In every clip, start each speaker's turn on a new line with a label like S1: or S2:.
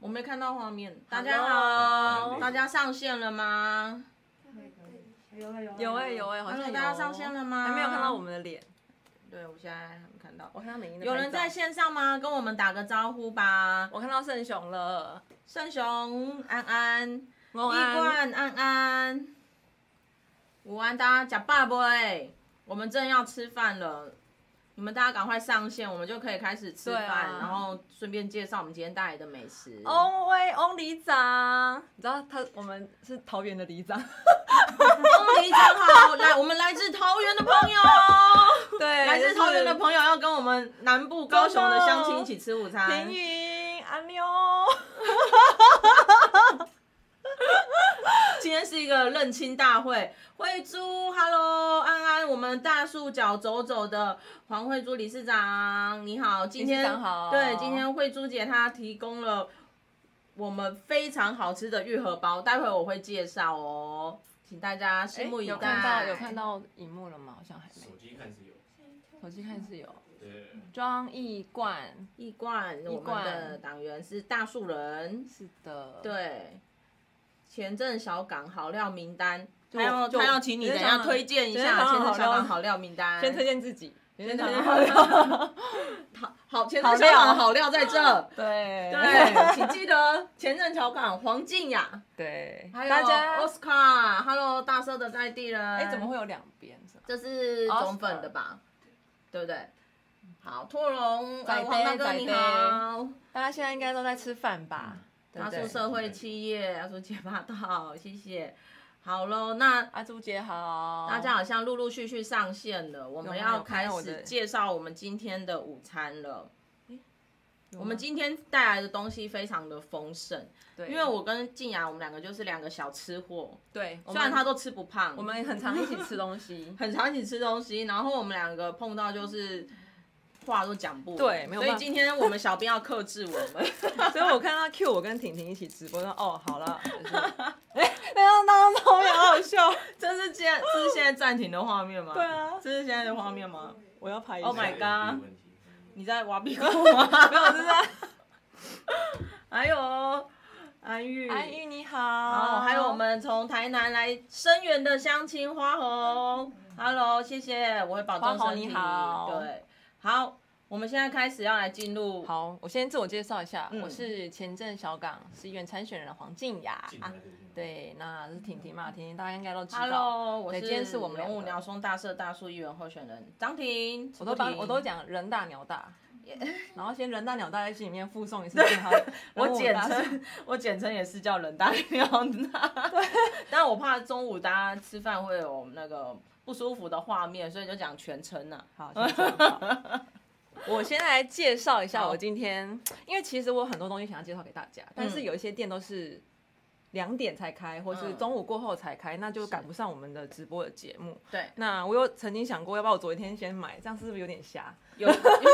S1: 我没看到画面。大
S2: Hello 嗯
S1: 家好，
S3: Hello
S1: 大家上线了吗
S4: 有了有了
S2: 有哎、有哎、好像
S1: ？Hello，
S2: 有
S1: 嗯大家上线了吗？
S2: 还没有看到我。们的脸，
S1: 对，我现在还没看到。
S2: 我看到美英的
S1: 有人
S2: 拍照
S1: 在，线上吗？跟我们打个招呼吧。
S2: 我看到圣雄了，
S1: 圣雄、安安、
S2: 龙
S1: 一
S2: 安，
S1: 冠、安安、午安，大家吃饱不？我们正要吃饭了，你们大家赶快上线，我们就可以开始吃
S2: 对
S1: 饭，
S2: 啊哦
S1: 然后顺便介绍我们今天带来的美食。
S2: 翁威翁里长，你知道他我们是桃园的 里长，
S1: 凤梨长好，来，我们来自桃园的朋友，
S2: 对，
S1: 来自桃园的
S2: 友
S1: 朋友要跟我们南部高雄的乡亲一起吃午餐。
S2: 平云安妞，
S1: 今天是一个认亲大会，慧珠，Hello，安安，我们大树脚走走的黄慧珠理事长，你好，今
S2: 理事
S1: 天
S2: 长好
S1: 对，今天慧珠姐她提供了我们非常好吃的玉荷包，待会我会介绍哦，请大家
S2: 哎
S1: 拭目以待。
S2: 有看到有看到荧幕了吗？好像还没
S3: 手，机看是有，
S2: 手机看是有。
S3: 对，
S2: 庄一冠
S1: 一冠，我们
S2: 冠
S1: 的党员是大树人，
S2: 是的，，
S1: 对，前镇小港好料名单，
S2: 就
S1: 他要
S2: 就
S1: 他要请你等一下推荐一下前
S2: 前
S1: 镇
S2: 镇小港好料
S1: 小港好料名单，
S2: 先推荐自己，先
S1: 前
S2: 推
S1: 镇
S2: 荐
S1: 小
S2: 好料，
S1: 好前镇小港好料在这，
S2: 对
S1: 对，请记得前镇小港黄静雅，
S2: 对，
S1: 还有
S2: 大家
S1: Oscar，Hello 大社的在地人，
S2: 哎、怎么会有两边？是吗
S1: 这是总粉的吧？对不对？好，拓龙，
S2: 宰
S1: 呃
S2: 杯
S1: 黄大哥
S2: 宰杯
S1: 你好，
S2: 大家现在应该都在吃饭吧？对
S1: 他
S2: 不
S1: 说
S2: 对？
S1: 社会企业，他说结巴道，谢谢。好喽，那
S2: 阿朱姐好，
S1: 大家好像陆陆续续上线了，我们
S2: 有吗
S1: 要
S2: 有看
S1: 开
S2: 到我
S1: 始
S2: 的
S1: 介绍我们今天的午餐了。
S2: 有吗，
S1: 我们今天带来的东西非常的丰盛，
S2: 对，
S1: 因为我跟静雅我们两个就是两个小吃货，
S2: 对，虽
S1: 虽然她都吃不胖，，
S2: 我们很常一起吃东西
S1: 很常一起吃东西，然后我们两个碰到就是话都讲不完
S2: 对没有
S1: 所以
S2: 办法
S1: 今天我们小编要克制我们，
S2: 所以我看到 Q 我跟婷婷一起直播，说哦好了，就是 哎、那那那后面好好 笑，
S1: 这是现在这是现在暂停的画面吗？
S2: 对啊
S1: 这是现在的画面吗？
S2: 我要拍一下
S1: Oh my god 你在挖鼻孔
S2: 没有，
S1: 吗？
S2: 就是在
S1: 还有安玉，
S2: 安玉你好，
S1: 哦，还有我们从台南来声援的乡亲花红，Hello，谢谢，我会保重
S2: 嗯花红
S1: 身体。
S2: 你好
S1: 对，好，我们现在开始要来进入
S2: 好，我先自我介绍一下，
S1: 嗯
S2: 我是前镇小港市议员参选人黄静雅，
S1: 啊
S2: 啊嗯
S3: 进来的
S2: 对，那是婷婷嘛，婷婷大家应该都知道。
S1: ，Hello，我
S2: 对
S1: 是
S2: 今天是我们两
S1: 人
S2: 个
S1: 物鸟松大社大树议员候选人张婷，
S2: 我都帮我都
S1: 讲，
S2: 讲人大鸟 大，然后先人大鸟大在心里面附送一次对他，
S1: 我
S2: 然后
S1: 简
S2: 大声
S1: 称我简称也是叫人大鸟 大，但我怕中午大家吃饭会有那个不舒服的画面，所以就讲全称啊呐。
S2: 好，先讲好 我先来介绍一下
S1: 好
S2: 我今天，因为其实我有很多东西想要介绍给大家，但是
S1: 嗯
S2: 有一些店都是两点才开，或是
S1: 嗯
S2: 中午过后才开，那就赶不上我们的直播的节目。
S1: 对，
S2: 那我有曾经想过，要不要我昨天先买，这样是不是有点瞎？
S1: 有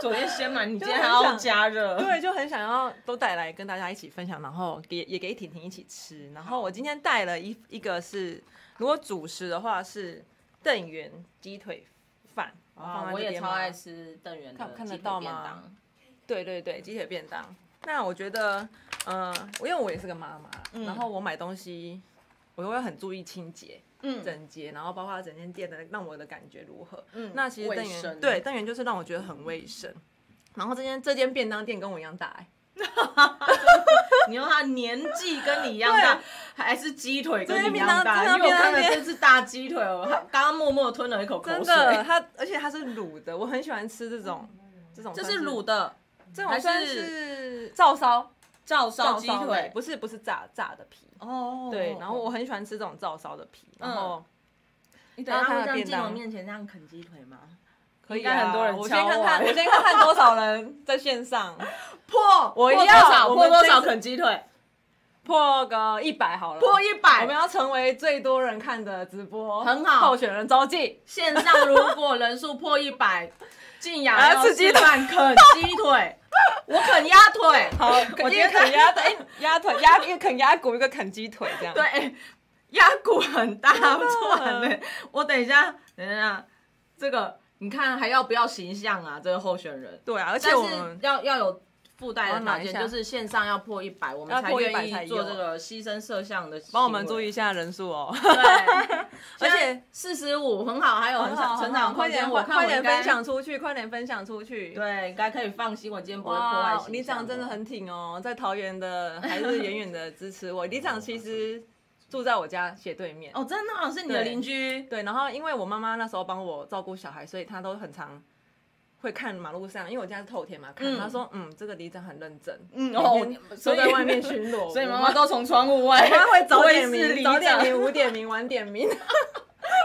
S1: 昨天先买，你今天还
S2: 就是很
S1: 要
S2: 想
S1: 加热，
S2: 对，就很想要都带来跟大家一起分享，然后给也给婷婷一起吃。然后我今天带了一一个是，如果主食的话是邓源鸡腿饭，放
S1: 啊
S2: 在，
S1: 我
S2: 这
S1: 也
S2: 边
S1: 超
S2: 吗
S1: 爱吃邓源的
S2: 看看得
S1: 鸡腿
S2: 到
S1: 便
S2: 吗
S1: 当
S2: 对对对，鸡腿便当。那我觉得，呃，因为我也是个妈妈，
S1: 嗯
S2: 然后我买东西，我都会很注意清洁、
S1: 嗯
S2: 整洁，然后包括整间店的让我的感觉如何。
S1: 嗯
S2: 那其实
S1: 卫
S2: 邓
S1: 生
S2: 源对邓源就是让我觉得很卫生。然后这间这间便当店跟我一样大、欸，
S1: 你说他年纪跟你一样大，还是鸡腿跟你一样大？
S2: 这
S1: 因
S2: 边
S1: 为我看了
S2: 便当
S1: 这是大鸡腿，我刚刚默默吞了一口口
S2: 真
S1: 水。
S2: 的， 它而且它是卤的，我很喜欢吃这种这种
S1: 这
S2: 算，
S1: 是卤的
S2: 这种
S1: 还
S2: 算
S1: 是
S2: 是照烧
S1: 照烧
S2: 照
S1: 鸡
S2: 烧类
S1: 腿
S2: 不是不是炸炸的皮。
S1: 哦。
S2: 对，然后我很喜欢吃这种照烧的皮，然
S1: 嗯
S2: 后
S1: 你等一下
S2: 然
S1: 会
S2: 后它的
S1: 这样
S2: 便
S1: 进我
S2: 当
S1: 面前这样啃鸡腿吗？
S2: 可以
S1: 应该
S2: 啊。
S1: 很多人
S2: 我先
S1: 敲
S2: 看
S1: 碗
S2: 看，我先看看多少人在线上
S1: 破
S2: 我
S1: 破多
S2: 要
S1: 少
S2: 我
S1: 破
S2: 们
S1: 多
S2: 这
S1: 少
S2: 次
S1: 啃鸡腿？
S2: 破个一百好了，
S1: 破一百
S2: 我们。要成为最多人看的直播，
S1: 很好
S2: 候选人招 进。
S1: 线上如果人数破一百，静雅
S2: 啊
S1: 要
S2: 吃鸡
S1: 示
S2: 腿
S1: 范啃鸡腿，我啃鸭腿。
S2: 好，我今天啃鸭腿，哎鸭腿鸭一个啃鸭骨，一个啃鸡腿，这 样。
S1: 对，哎鸭骨很大
S2: 的
S1: 串呢。我等一下，等一下，这个你看还要不要形象啊？这个候选人，
S2: 对啊，而且
S1: 但
S2: 我
S1: 是
S2: 们
S1: 要要有附带的条件
S2: 我要拿一下
S1: 就是线上要破一百，我们
S2: 要
S1: 才
S2: 破100
S1: 愿
S2: 才
S1: 意做
S2: 有
S1: 这个牺牲摄像的行为。
S2: 帮我们注意一 下人数哦。
S1: 对，
S2: 而且
S1: 四十五很好，还有很少 成长
S2: 快
S1: 空
S2: 点
S1: 间。
S2: 快
S1: 我看我
S2: 快
S1: 应
S2: 点
S1: 该
S2: 分享，出去，快点分享出去。
S1: 对，应该可以放心，我今天不会破坏
S2: 哇
S1: 形，象。哦
S2: 里长真的很挺哦，在桃园的还是远远的 支持我。里长其实住在我家斜对面
S1: 哦，真的哦是你的
S2: 对
S1: 邻居，
S2: 对，然后因为我妈妈那时候帮我照顾小孩，所以她都很常会看马路上，因为我家是透天嘛，看、
S1: 嗯
S2: 她说嗯，这个里长很认真，
S1: 嗯
S2: 每
S1: 哦
S2: 天
S1: 你所
S2: 都
S1: 以
S2: 在外面巡 逻，
S1: 所以
S2: 我
S1: 妈妈都从窗户外，
S2: 妈妈会早点
S1: 卫视里
S2: 名，
S1: 长
S2: 早点名，五点名，晚 点名，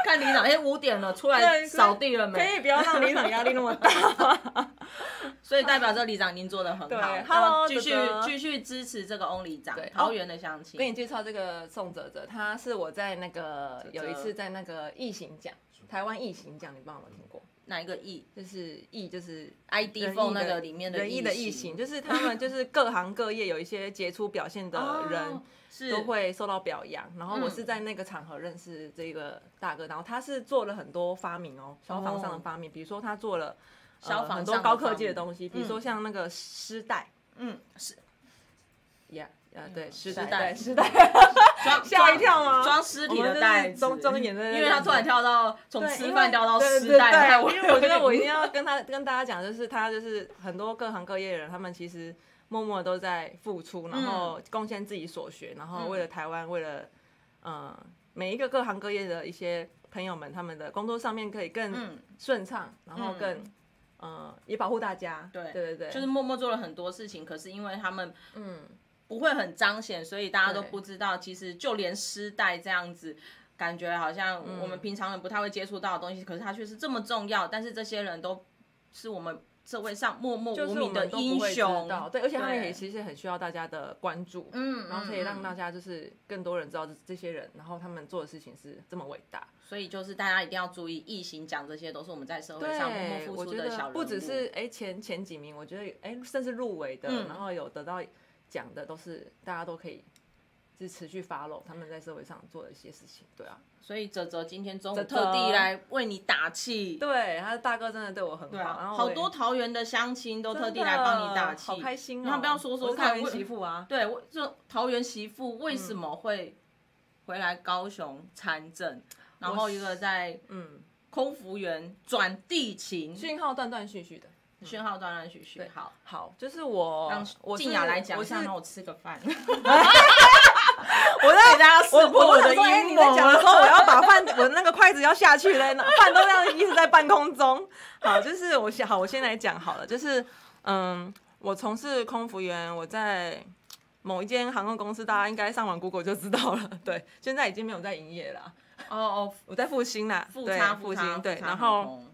S1: 看里长，哎，五点了，出
S2: 对
S1: 来
S2: 所以
S1: 扫地了
S2: 可
S1: 没？
S2: 以不要让里长压力那么大。
S1: 所以代表这里长您做的很
S2: 对
S1: 好，
S2: ，Hello，
S1: 要继续
S2: 哥哥
S1: 继续支持这个翁里长
S2: 对，
S1: 桃园的乡亲。
S2: 跟你介绍这个宋哲哲，他是我在那个
S1: 哲
S2: 有一次在那个异行奖，台湾异行奖，你不知道有没有听过？
S1: 哪一个艺
S2: 就是异就是
S1: ？ID
S2: 人
S1: p h o
S2: 艺
S1: n 那个里面的
S2: 人艺的异
S1: 形
S2: 行，就是他们就是各行各业有一些杰出表现的
S1: 哦
S2: 人。
S1: 是
S2: 都会受到表扬，然后
S1: 嗯
S2: 我是在那个场合认识这个大哥，然后他是做了很多发明哦，消防上的发明，比如说他做了呃
S1: 消防上
S2: 很多
S1: 的
S2: 高科技
S1: 发明
S2: 的东西，比如说像那个丝带，
S1: 嗯是
S2: 呀、呃对，
S1: 嗯
S2: 丝
S1: 丝
S2: 带，
S1: 带
S2: 对丝带，
S1: 装
S2: 吓一跳吗
S1: 装尸体的袋子，
S2: 我们就是中 中年的
S1: 因为他突然跳到从
S2: 对
S1: 吃
S2: 因为
S1: 饭跳到
S2: 对
S1: 尸
S2: 对
S1: 袋，
S2: 对
S1: 害我
S2: 因为我觉得我一
S1: 有
S2: 定要跟他跟大家讲，就是他就是很多各行各业的人，他们其实默默都在付出，然后
S1: 嗯
S2: 贡献自己所学，然后为了台湾，为了呃每一个各行各业的一些朋友们，他们的工作上面可以更
S1: 嗯
S2: 顺畅，然后更
S1: 嗯
S2: 呃也保护大家。对对对对，
S1: 就是默默做了很多事情，可是因为他们
S2: 嗯。
S1: 不会很彰显，所以大家都
S2: 对
S1: 不知道。其实就连尸袋这样子，感觉好像我们平常人不太会接触到的
S2: 嗯
S1: 东西，可是它却是这么重要。但是这些人都是我们社会上默默
S2: 就
S1: 无
S2: 是我
S1: 名的
S2: 们都不
S1: 英
S2: 会知
S1: 雄
S2: 道，，对，而且他们
S1: 对
S2: 也其实很需要大家的关注，
S1: 嗯，
S2: 然后可以让大
S1: 家。
S2: 家就是更多人知道这这些人，然后他们做的事情是这么伟大。
S1: 所以就是大家一定要注意，异形讲这些都是我们在社会上默默
S2: 对，
S1: 付
S2: 我
S1: 出
S2: 觉
S1: 的小
S2: 得
S1: 人物。
S2: 不只是哎、前前几名，我觉得哎、甚至入围的，
S1: 嗯
S2: 然后有得到奖的，都是大家都可以就持续 follow 他们在社会上做的一些事情。对啊，
S1: 所以哲哲今天中午
S2: 哲哲
S1: 特地来为你打气，
S2: 对，他的大哥真的对我很好，
S1: 对
S2: 然
S1: 啊，
S2: 后
S1: 好
S2: 我也
S1: 多桃园的乡亲都
S2: 真
S1: 特地
S2: 的
S1: 来帮你打气，
S2: 好开心哦！
S1: 那不要说说
S2: 我是
S1: 看
S2: 桃园
S1: 为
S2: 媳妇啊，
S1: 对，我这桃园媳妇为
S2: 嗯
S1: 什么会回来高雄参政？然后一个在
S2: 嗯，
S1: 空服员转地勤，
S2: 讯号断断续续的。
S1: 讯号断断续续。好，
S2: 好，就是我，我是
S1: 静雅来讲
S2: 我
S1: 一
S2: 是
S1: 下，让我吃个 饭。
S2: 我在
S1: 大家识
S2: 我
S1: 破我的
S2: 想说哎
S1: 阴
S2: 你在
S1: 谋
S2: 讲
S1: 了
S2: 的时候，我要把饭，我那个筷子要下去了，那饭都这样一直在半空中。好，就是我先好，我先来讲好了，就是嗯，我从事空服员，我在某一间航空公司，大家应该上网 Google 就知道了。对，现在已经没有在营业了啊，
S1: 哦哦，
S2: 我在复兴啦，
S1: 复
S2: 对
S1: 差
S2: 复
S1: 差
S2: 兴对，
S1: 复差
S2: 然
S1: 很
S2: 后
S1: 红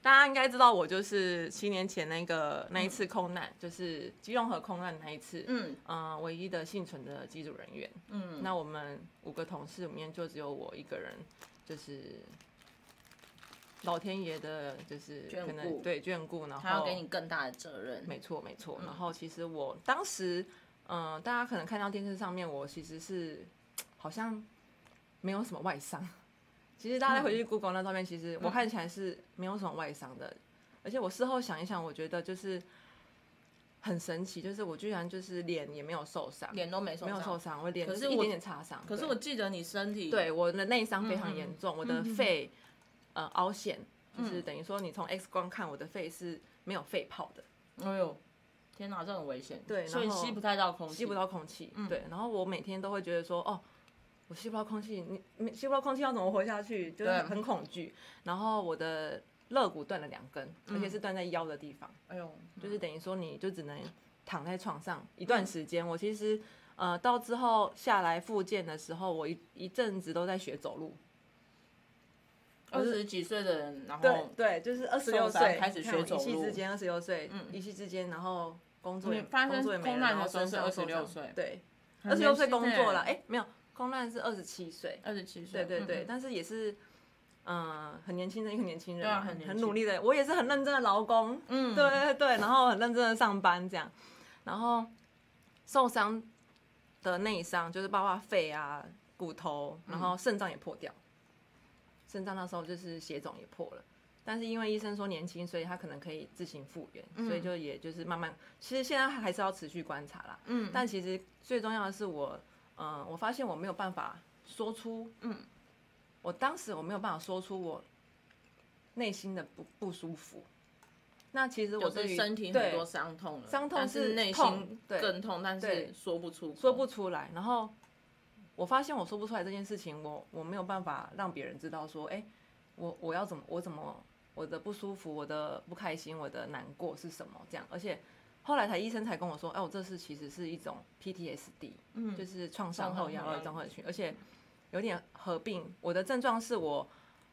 S2: 大家应该知道，我就是七年前那个那一次空难，就是基隆河空难那一次，嗯
S1: 嗯
S2: 嗯，唯一的幸存的机组人员。
S1: 嗯，
S2: 那我们五个同事里面就只有我一个人，就是老天爷的，就是
S1: 眷
S2: 可
S1: 顾
S2: 能对眷顾，然
S1: 他要
S2: 后
S1: 给你嗯更大的责任。
S2: 没错没错。然后其实我当时，嗯、大家可能看到电视上面，我其实是好像没有什么外伤。其实大家回
S1: 嗯
S2: 去 Google 那照片，其实我看起来是没有什么外伤的，而且我事后想一想，我觉得就是很神奇，就是我居然就是脸也没有受伤，
S1: 脸都没受
S2: 没有受
S1: 伤，
S2: 伤，我脸
S1: 可
S2: 只
S1: 是
S2: 一
S1: 我
S2: 点点擦伤。
S1: 可是
S2: 对
S1: 我记得你身体
S2: 对我的内伤非常严重，我的肺呃凹陷，就是
S1: 嗯
S2: 等于说你从 X 光看我的肺是没有肺泡的，
S1: 哎呦，天哪，这很危险。
S2: 对
S1: 所以
S2: 然后
S1: 吸不太到空气，
S2: 吸不到空气。
S1: 嗯
S2: 对，然后我每天都会觉得说，哦，我吸不到空气，你你吸不到空气要怎么活下去？就是
S1: 对
S2: 很恐惧。然后我的肋骨断了两根，而
S1: 嗯
S2: 且是断在腰的地方，
S1: 哎呦，
S2: 就是等于说你就只能躺在床上一
S1: 嗯
S2: 段时间。我其实。呃，到之后下来复健的时候，我一一阵子都在学走路，
S1: 二十几岁的人，然
S2: 对
S1: 后
S2: 对，就是二十
S1: 受
S2: 六
S1: 伤
S2: 岁
S1: 开始学
S2: 看我
S1: 走
S2: 一夕
S1: 路
S2: 之间二十六岁，
S1: 嗯
S2: 一夕之间，然后工作
S1: 你
S2: 也
S1: 发生
S2: 工作也没
S1: 空
S2: 了，
S1: 难
S2: 然
S1: 的
S2: 后
S1: 时候
S2: 身
S1: 是
S2: 上受
S1: 26
S2: 伤
S1: 岁
S2: 对，
S1: 很
S2: 二十六岁
S1: 年轻
S2: 工
S1: 欸
S2: 作了，哎，没有，空难是二十七岁，
S1: 二十七岁，
S2: 对对对，
S1: 嗯
S2: 但是也是。嗯，很年轻的一个年轻人
S1: 对啊
S2: 嘛，
S1: 很年
S2: 很
S1: 轻
S2: 努力的，我也是很认真的劳工，
S1: 嗯，
S2: 对对对，然后很认真的上班这样，然后受伤的内伤就是包括肺啊、
S1: 嗯
S2: 骨头，然后肾脏也破掉，肾脏那时候就是血肿也破了，但是因为医生说年轻，所以他可能可以自行复原，
S1: 嗯
S2: 所以就也就是慢慢，其实现在还是要持续观察啦。
S1: 嗯，
S2: 但其实最重要的是我，嗯、我发现我没有办法说出，
S1: 嗯，
S2: 我当时我没有办法说出我内心的不不舒服。那其实我
S1: 就
S2: 对
S1: 是
S2: 于
S1: 身体很
S2: 对
S1: 多伤痛了，
S2: 伤痛
S1: 但是
S2: 是
S1: 内
S2: 痛
S1: 心
S2: 对
S1: 更痛，但是
S2: 对
S1: 说不出口，
S2: 说不出来。然后我发现我说不出来这件事情，我我没有办法让别人知道说，哎、我我要怎么，我怎么我的不舒服，我的不开心，我的难过是什么这样。而且后来才医生才跟我说，哎、我这是其实是一种 PTSD，
S1: 嗯，
S2: 就是是创伤后
S1: 创伤
S2: 压
S1: 后压
S2: 力
S1: 力
S2: 综合群，而且有点合并。我的症状是我，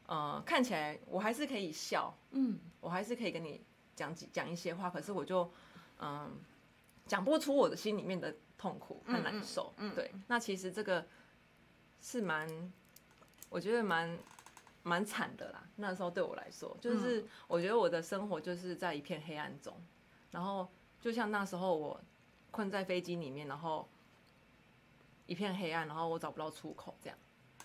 S2: 呃，看起来我还是可以笑，
S1: 嗯，
S2: 我还是可以跟你讲几讲一些话，可是我就嗯讲不出我的心里面的痛苦和
S1: 嗯
S2: 难受。
S1: 嗯嗯
S2: 对，那其实这个是蛮，我觉得蛮蛮惨的啦。那时候对我来说，就是
S1: 嗯
S2: 我觉得我的生活就是在一片黑暗中，然后就像那时候我困在飞机里面，然后一片黑暗，然后我找不到出口这样。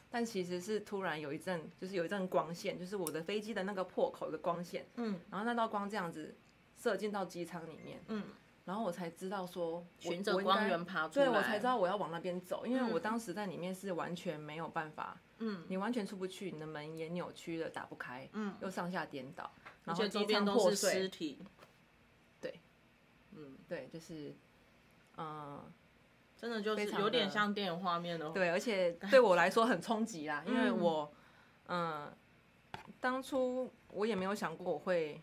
S2: 但其实是突然有一阵，就是有一阵光线，就是我的飞机的那个破口有个光线，
S1: 嗯
S2: 然后那道光这样子射进到机舱里面，
S1: 嗯，
S2: 然后我才知道说，我
S1: 循着
S2: 我应该
S1: 光源爬出来，
S2: 对我才知，道我要往那边走，因为我
S1: 嗯
S2: 当时在里面是完全没有办法，
S1: 嗯
S2: 你完全出不去，你的门也扭曲的打不开，
S1: 嗯，
S2: 又上下颠倒，
S1: 而
S2: 然后
S1: 且周
S2: 机
S1: 边
S2: 舱
S1: 都
S2: 破
S1: 是尸
S2: 碎，
S1: 体，
S2: 对，
S1: 嗯，
S2: 对，就是，嗯、
S1: 真的就是
S2: 非常的
S1: 有点像电影画面哦，
S2: 对，而且对我来说很冲击啦，因为
S1: 嗯
S2: 我，嗯、当初我也没有想过我会，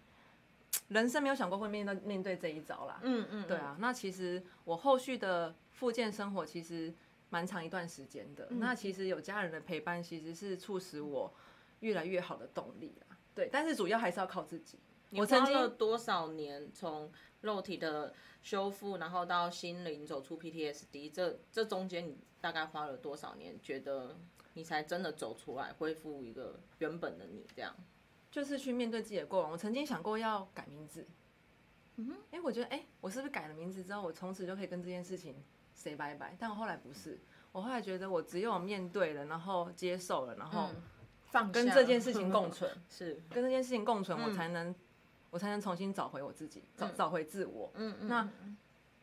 S2: 人生没有想过会面对面对这一招啦，
S1: 嗯，嗯嗯，
S2: 对啊，那其实我后续的复健生活其实蛮长一段时间的。
S1: 嗯
S2: 那其实有家人的陪伴，其实是促使我越来越好的动力啦。对，但是主要还是要靠自己。
S1: 你
S2: 我曾
S1: 花
S2: 经
S1: 了多少年从肉体的修复，然后到心灵走出 PTSD，这这中间你大概花了多少年？觉得你才真的走出来，恢复一个原本的你这样？
S2: 就是去面对自己的过往。我曾经想过要改名字，嗯哼，哎，我觉得哎、诶我是不是改了名字之后，我从此就可以跟这件事情 say 拜拜？但我后来不是，我后来觉得我只有面对了，然后接受了，然后
S1: 嗯放
S2: 跟
S1: 下
S2: 这件事情共 存，
S1: 是，
S2: 跟这件事情共存，我
S1: 嗯
S2: 才能我才能重新找回我自己，找
S1: 嗯
S2: 找回自我。
S1: 嗯嗯，
S2: 那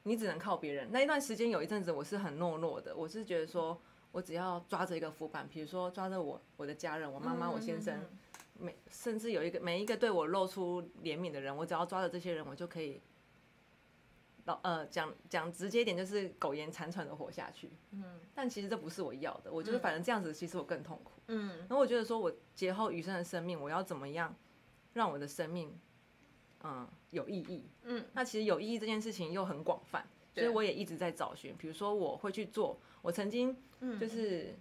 S2: 你只能靠别人。那一段时间有一阵子我是很懦弱的，我是觉得说我只要抓着一个浮板，比如说抓着我我的家人、我妈妈、我先生，
S1: 嗯
S2: 每甚至有一个每一个对我露出怜悯的人，我只要抓着这些人，我就可以。老呃，讲讲直接一点，就是苟延残喘的活下去。
S1: 嗯
S2: 但其实这不是我要的，我就是
S1: 嗯
S2: 反正这样子，其实我更痛苦。
S1: 嗯
S2: 然后我觉得说，我劫后余生的生命，我要怎么样让我的生命，嗯，有意义？
S1: 嗯
S2: 那其实有意义这件事情又很广泛，所
S1: 对
S2: 以我也一直在找寻。比如说，我会去做，我曾经
S1: 嗯，
S2: 就是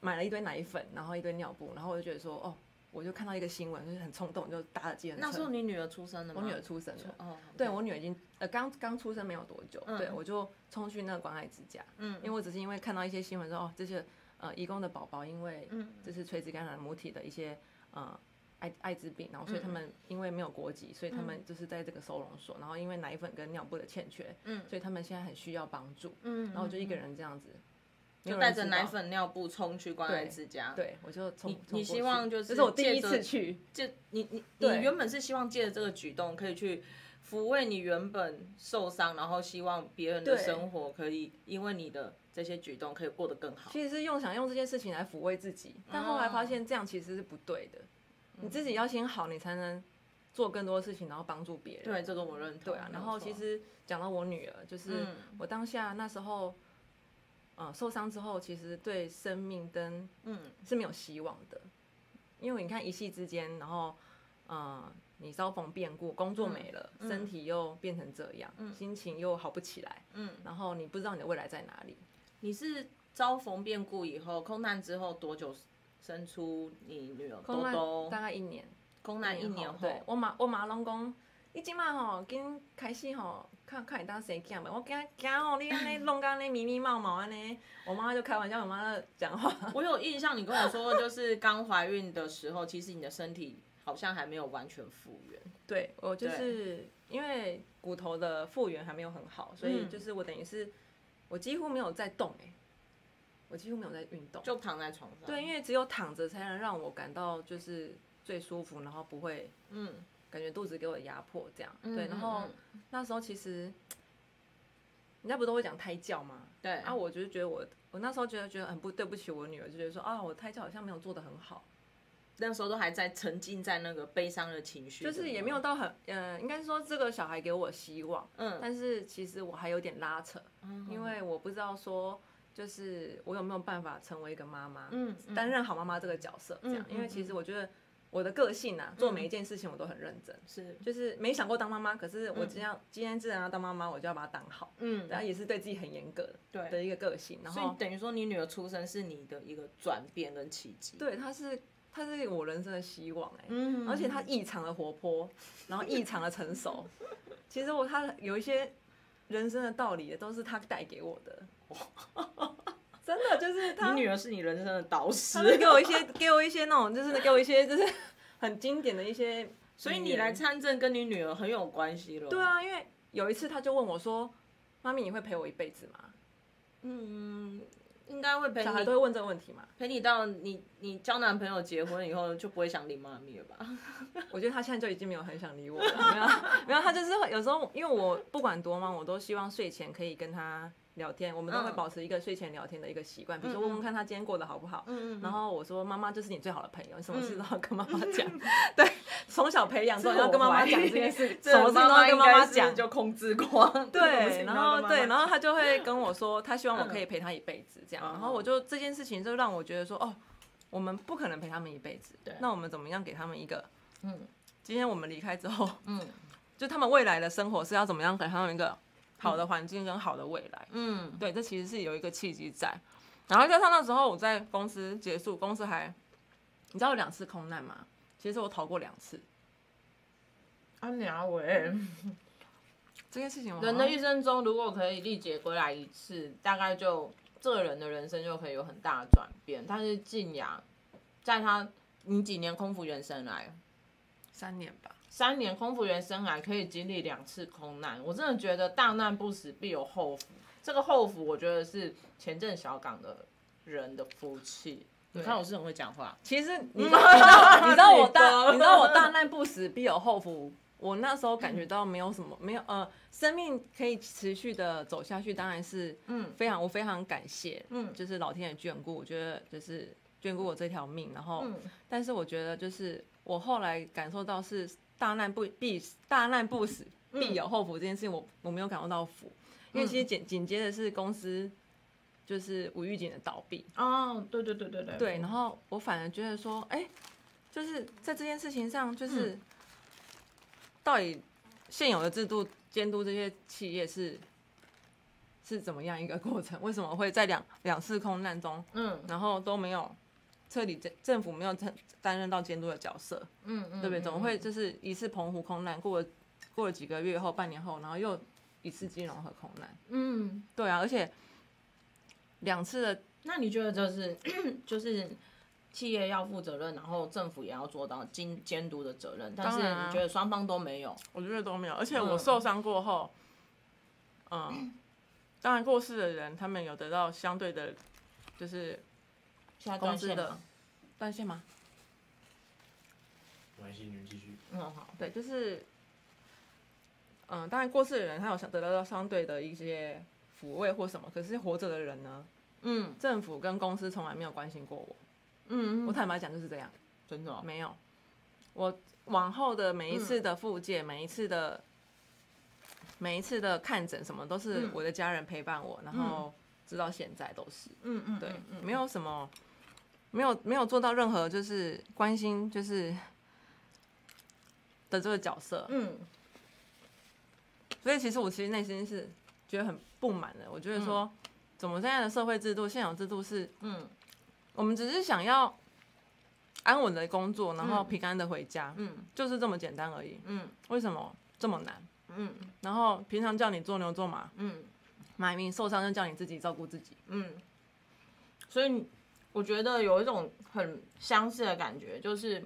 S2: 买了一堆奶粉，然后一堆尿布，然后我就觉得说，哦，我就看到一个新闻，就是很冲动，就搭了计程车。
S1: 那时候你女儿出生了吗？
S2: 我女儿出生了，
S1: 哦，
S2: 对我女儿已经呃刚刚出生没有多久，
S1: 嗯
S2: 对我就冲去那个关爱之家，
S1: 嗯，
S2: 因为我只是因为看到一些新闻说，哦，这些呃义工的宝宝因为
S1: 嗯
S2: 就是垂直感染母体的一些呃艾艾滋病，然后所以
S1: 嗯
S2: 他们因为没有国籍，所以他们就是在这个收容所，然后因为奶粉跟尿布的欠缺，
S1: 嗯
S2: 所以他们现在很需要帮助，
S1: 嗯，
S2: 然后我就一个人这样子，没有
S1: 就
S2: 人
S1: 带着
S2: 知
S1: 奶
S2: 道，
S1: 粉尿布冲去关爱之家，
S2: 对我就从
S1: 你
S2: 从
S1: 你
S2: 过
S1: 希
S2: 去
S1: 望就是
S2: 这是我第一
S1: 借着
S2: 次去，
S1: 就你你你
S2: 对
S1: 原本是希望借着这个举动可以去抚慰你原本受伤，然后希望别人的
S2: 对
S1: 生活可以因为你的这些举动可以过得更好。
S2: 其实是用想用这件事情来抚慰自己，但后来
S1: 哦
S2: 发现这样其实是不对的，你自己要先好，你才能做更多的事情，然后帮助别人。
S1: 对，这个我认同。
S2: 对啊，然后其
S1: 没有错
S2: 实讲到我女儿，就是
S1: 嗯
S2: 我当下那时候，呃，受伤之后，其实对生命跟
S1: 嗯
S2: 是没有希望的，因为你看一夕之间，然后，呃，你遭逢变故，工作没了，
S1: 嗯
S2: 身体又变成这样，
S1: 嗯
S2: 心情又好不起来，
S1: 嗯，
S2: 然后你不知道你的未来在哪里。
S1: 你是遭逢变故以后，空难之后多久生出你女儿
S2: 空
S1: 兜
S2: 难
S1: 兜？
S2: 大概一年，
S1: 空难一年
S2: 对
S1: 后，
S2: 我妈我妈拢讲，你即满吼，紧开始吼，看看你当生囝未？我惊惊吼，你安尼弄到安尼迷迷毛毛安尼，我妈就开玩笑，我妈在讲话，
S1: 我有印象，你跟我说就是刚怀孕的时候，其实你的身体好像还没有完全复原。
S2: 对我就
S1: 对
S2: 是因为骨头的复原还没有很好，所以
S1: 嗯
S2: 就是我等于是我几乎没有在动哎、欸我几乎没有在运动，
S1: 就躺在床上，
S2: 对，因为只有躺着才能让我感到就是最舒服，然后不会
S1: 嗯，
S2: 感觉肚子给我压迫这样。
S1: 嗯
S2: 对，
S1: 嗯
S2: 然后
S1: 嗯
S2: 那时候其实人家不都会讲胎教吗？
S1: 对
S2: 啊，我就是觉得我我那时候觉得觉得很不对不起我女儿，就觉得说啊，我胎教好像没有做得很好，
S1: 那时候都还在沉浸在那个悲伤的情绪，
S2: 就是也没有，到很呃，应该是说这个小孩给我希望，
S1: 嗯，
S2: 但是其实我还有点拉扯，嗯因为我不知道说就是我有没有办法成为一个妈妈，
S1: 嗯
S2: 担任好妈妈这个角色这样
S1: 嗯，嗯嗯
S2: 因为其实我觉得我的个性啊，做每一件事情我都很认真。
S1: 是，
S2: 就是没想过当妈妈，可是我
S1: 嗯
S2: 今天、今天既然要当妈妈，我就要把它当好，
S1: 嗯，
S2: 然后也是对自己很严格的
S1: 对
S2: 的一个个性。然
S1: 所以
S2: 后
S1: 等于说你女儿出生是你的一个转变跟契机，，
S2: 对，她是她是我人生的希望哎、
S1: 嗯
S2: 而且她异常的活泼，然后异常的 成熟。其实我她有一些人生的道理也都是她带给我的， 真的就是她
S1: 你女儿是你人生的导师
S2: 她，会给我一些给我一些那种就是给我一些就是很经典的一些，
S1: 所以你来参政跟你女儿很有关系了，
S2: 对，啊，因为有一次她就问我说：“妈咪，你会陪我一辈子吗？”
S1: 嗯，应该会陪
S2: 小孩都
S1: 你
S2: 会问这个问题嘛？
S1: 陪你到你你交男朋友结婚以后就不会想理妈咪了 吧？
S2: 嗯我觉得他现在就已经没有很想理我了，没有，没有，他就是会有时候，因为我不管多忙，我都希望睡前可以跟他聊天，我们都会
S1: 嗯
S2: 保持一个睡前聊天的一个习惯，比如
S1: 嗯
S2: 说问问看他今天过得好不好。
S1: 嗯
S2: 然后我说：“妈妈就是你最好的朋友，你什么事都要跟妈妈讲。 对，从小培养之后要跟妈妈讲这 件事，什么事都要跟妈妈讲。
S1: 就控制狂。
S2: 对，然后对，然
S1: 后
S2: 后他就会跟我说，他希望我可以
S1: 嗯
S2: 陪他一辈子这样。
S1: 哦
S2: 然后我就这件事情就让我觉得说，哦，我们不可能陪他们一辈子。
S1: 对
S2: 那我们怎么样给他们一个，
S1: 嗯
S2: 今天我们离开之后，
S1: 嗯
S2: 就他们未来的生活是要怎么样给他们一个好的环境跟好的未来？
S1: 嗯，
S2: 对，这其实是有一个契机在。然后加上那时候我在公司结束，公司还，你知道有两次空难吗？其实我逃过两次。
S1: 安良伟，
S2: 这件事情我好
S3: 人
S2: 像
S3: 的一生中，如果可以历劫归来一次，大概就这个人的人生就可以有很大的转变。但是静雅，在他你几年空服员生涯，
S2: 三年吧，
S3: 三年空服员生涯可以经历两次空难，我真的觉得大难不死必有后福。这个后福，我觉得是前阵小港的人的福气。你看我是很会讲 话，
S2: 其实 你知道，你知道你知道我大，你知道我大难不死必有后福。我那时候感觉到没有什么，没有呃，生命可以持续的走下去，当然是
S1: 嗯
S2: 非常我非常感谢，
S1: 嗯
S2: 就是老天爷眷顾，我觉得就是眷顾我这条命。然后，
S1: 嗯
S2: 但是我觉得就是我后来感受到是大难不必大难不死
S1: 嗯
S2: 必有后福这件事情我，我没有感受到福，因为其实紧紧接着是公司就是无预警的倒闭，
S3: 哦，对对对对对，
S2: 对，然后我反而觉得说，哎、就是在这件事情上，就是、
S3: 嗯
S2: 到底现有的制度监督这些企业是是怎么样一个过程？为什么会在两两次空难中，
S3: 嗯
S2: 然后都没有彻底政政府没有担担任到监督的角色，
S3: 嗯嗯，
S2: 对不对？
S3: 嗯
S2: 怎么会就是一次澎湖空难，过了过了几个月后，半年后，然后又一次金融和空难？
S3: 嗯？
S2: 对啊，而且两次的
S3: 那你觉得这是 就是企业要负责任，然后政府也要做到监监督的责任，但是
S2: 当然啊
S3: 你觉得双方都没有？
S2: 我觉得都没有，而且我受伤过后，嗯，当然过世的人他们有得到相对的，就是
S3: 现在
S2: 公
S3: 断
S2: 司
S3: 线
S2: 的
S3: 了，
S2: 断线吗？
S5: 没关系，你们继续。
S3: 嗯好，
S2: 对，就是，嗯，当然过世的人他有相得到相对的一些抚慰或什么，可是活着的人呢，
S1: 嗯
S2: 政府跟公司从来没有关心过我。
S1: 嗯嗯，
S2: 我坦白讲就是这样，
S3: 真的哦、
S2: 没有。我往后的每一次的复健，每一次的每一次的看诊，什么都是
S1: 嗯
S2: 我的家人陪伴我，然后直到现在都是。
S1: 嗯嗯，
S2: 对，
S1: 嗯
S2: 没有什么，没有没有做到任何就是关心就是的这个角色，
S1: 嗯
S2: 所以其实我其实内心是觉得很不满的。我觉得说，怎么现在的社会制度、现有制度是
S1: 嗯
S2: 我们只是想要安稳的工作，然后
S1: 嗯
S2: 平安的回家，
S1: 嗯
S2: 就是这么简单而已。
S1: 嗯
S2: 为什么这么难？
S1: 嗯
S2: 然后平常叫你做牛做马，
S1: 嗯
S2: 买命受伤就叫你自己照顾自己。
S1: 嗯，
S3: 所以我觉得有一种很相似的感觉，就是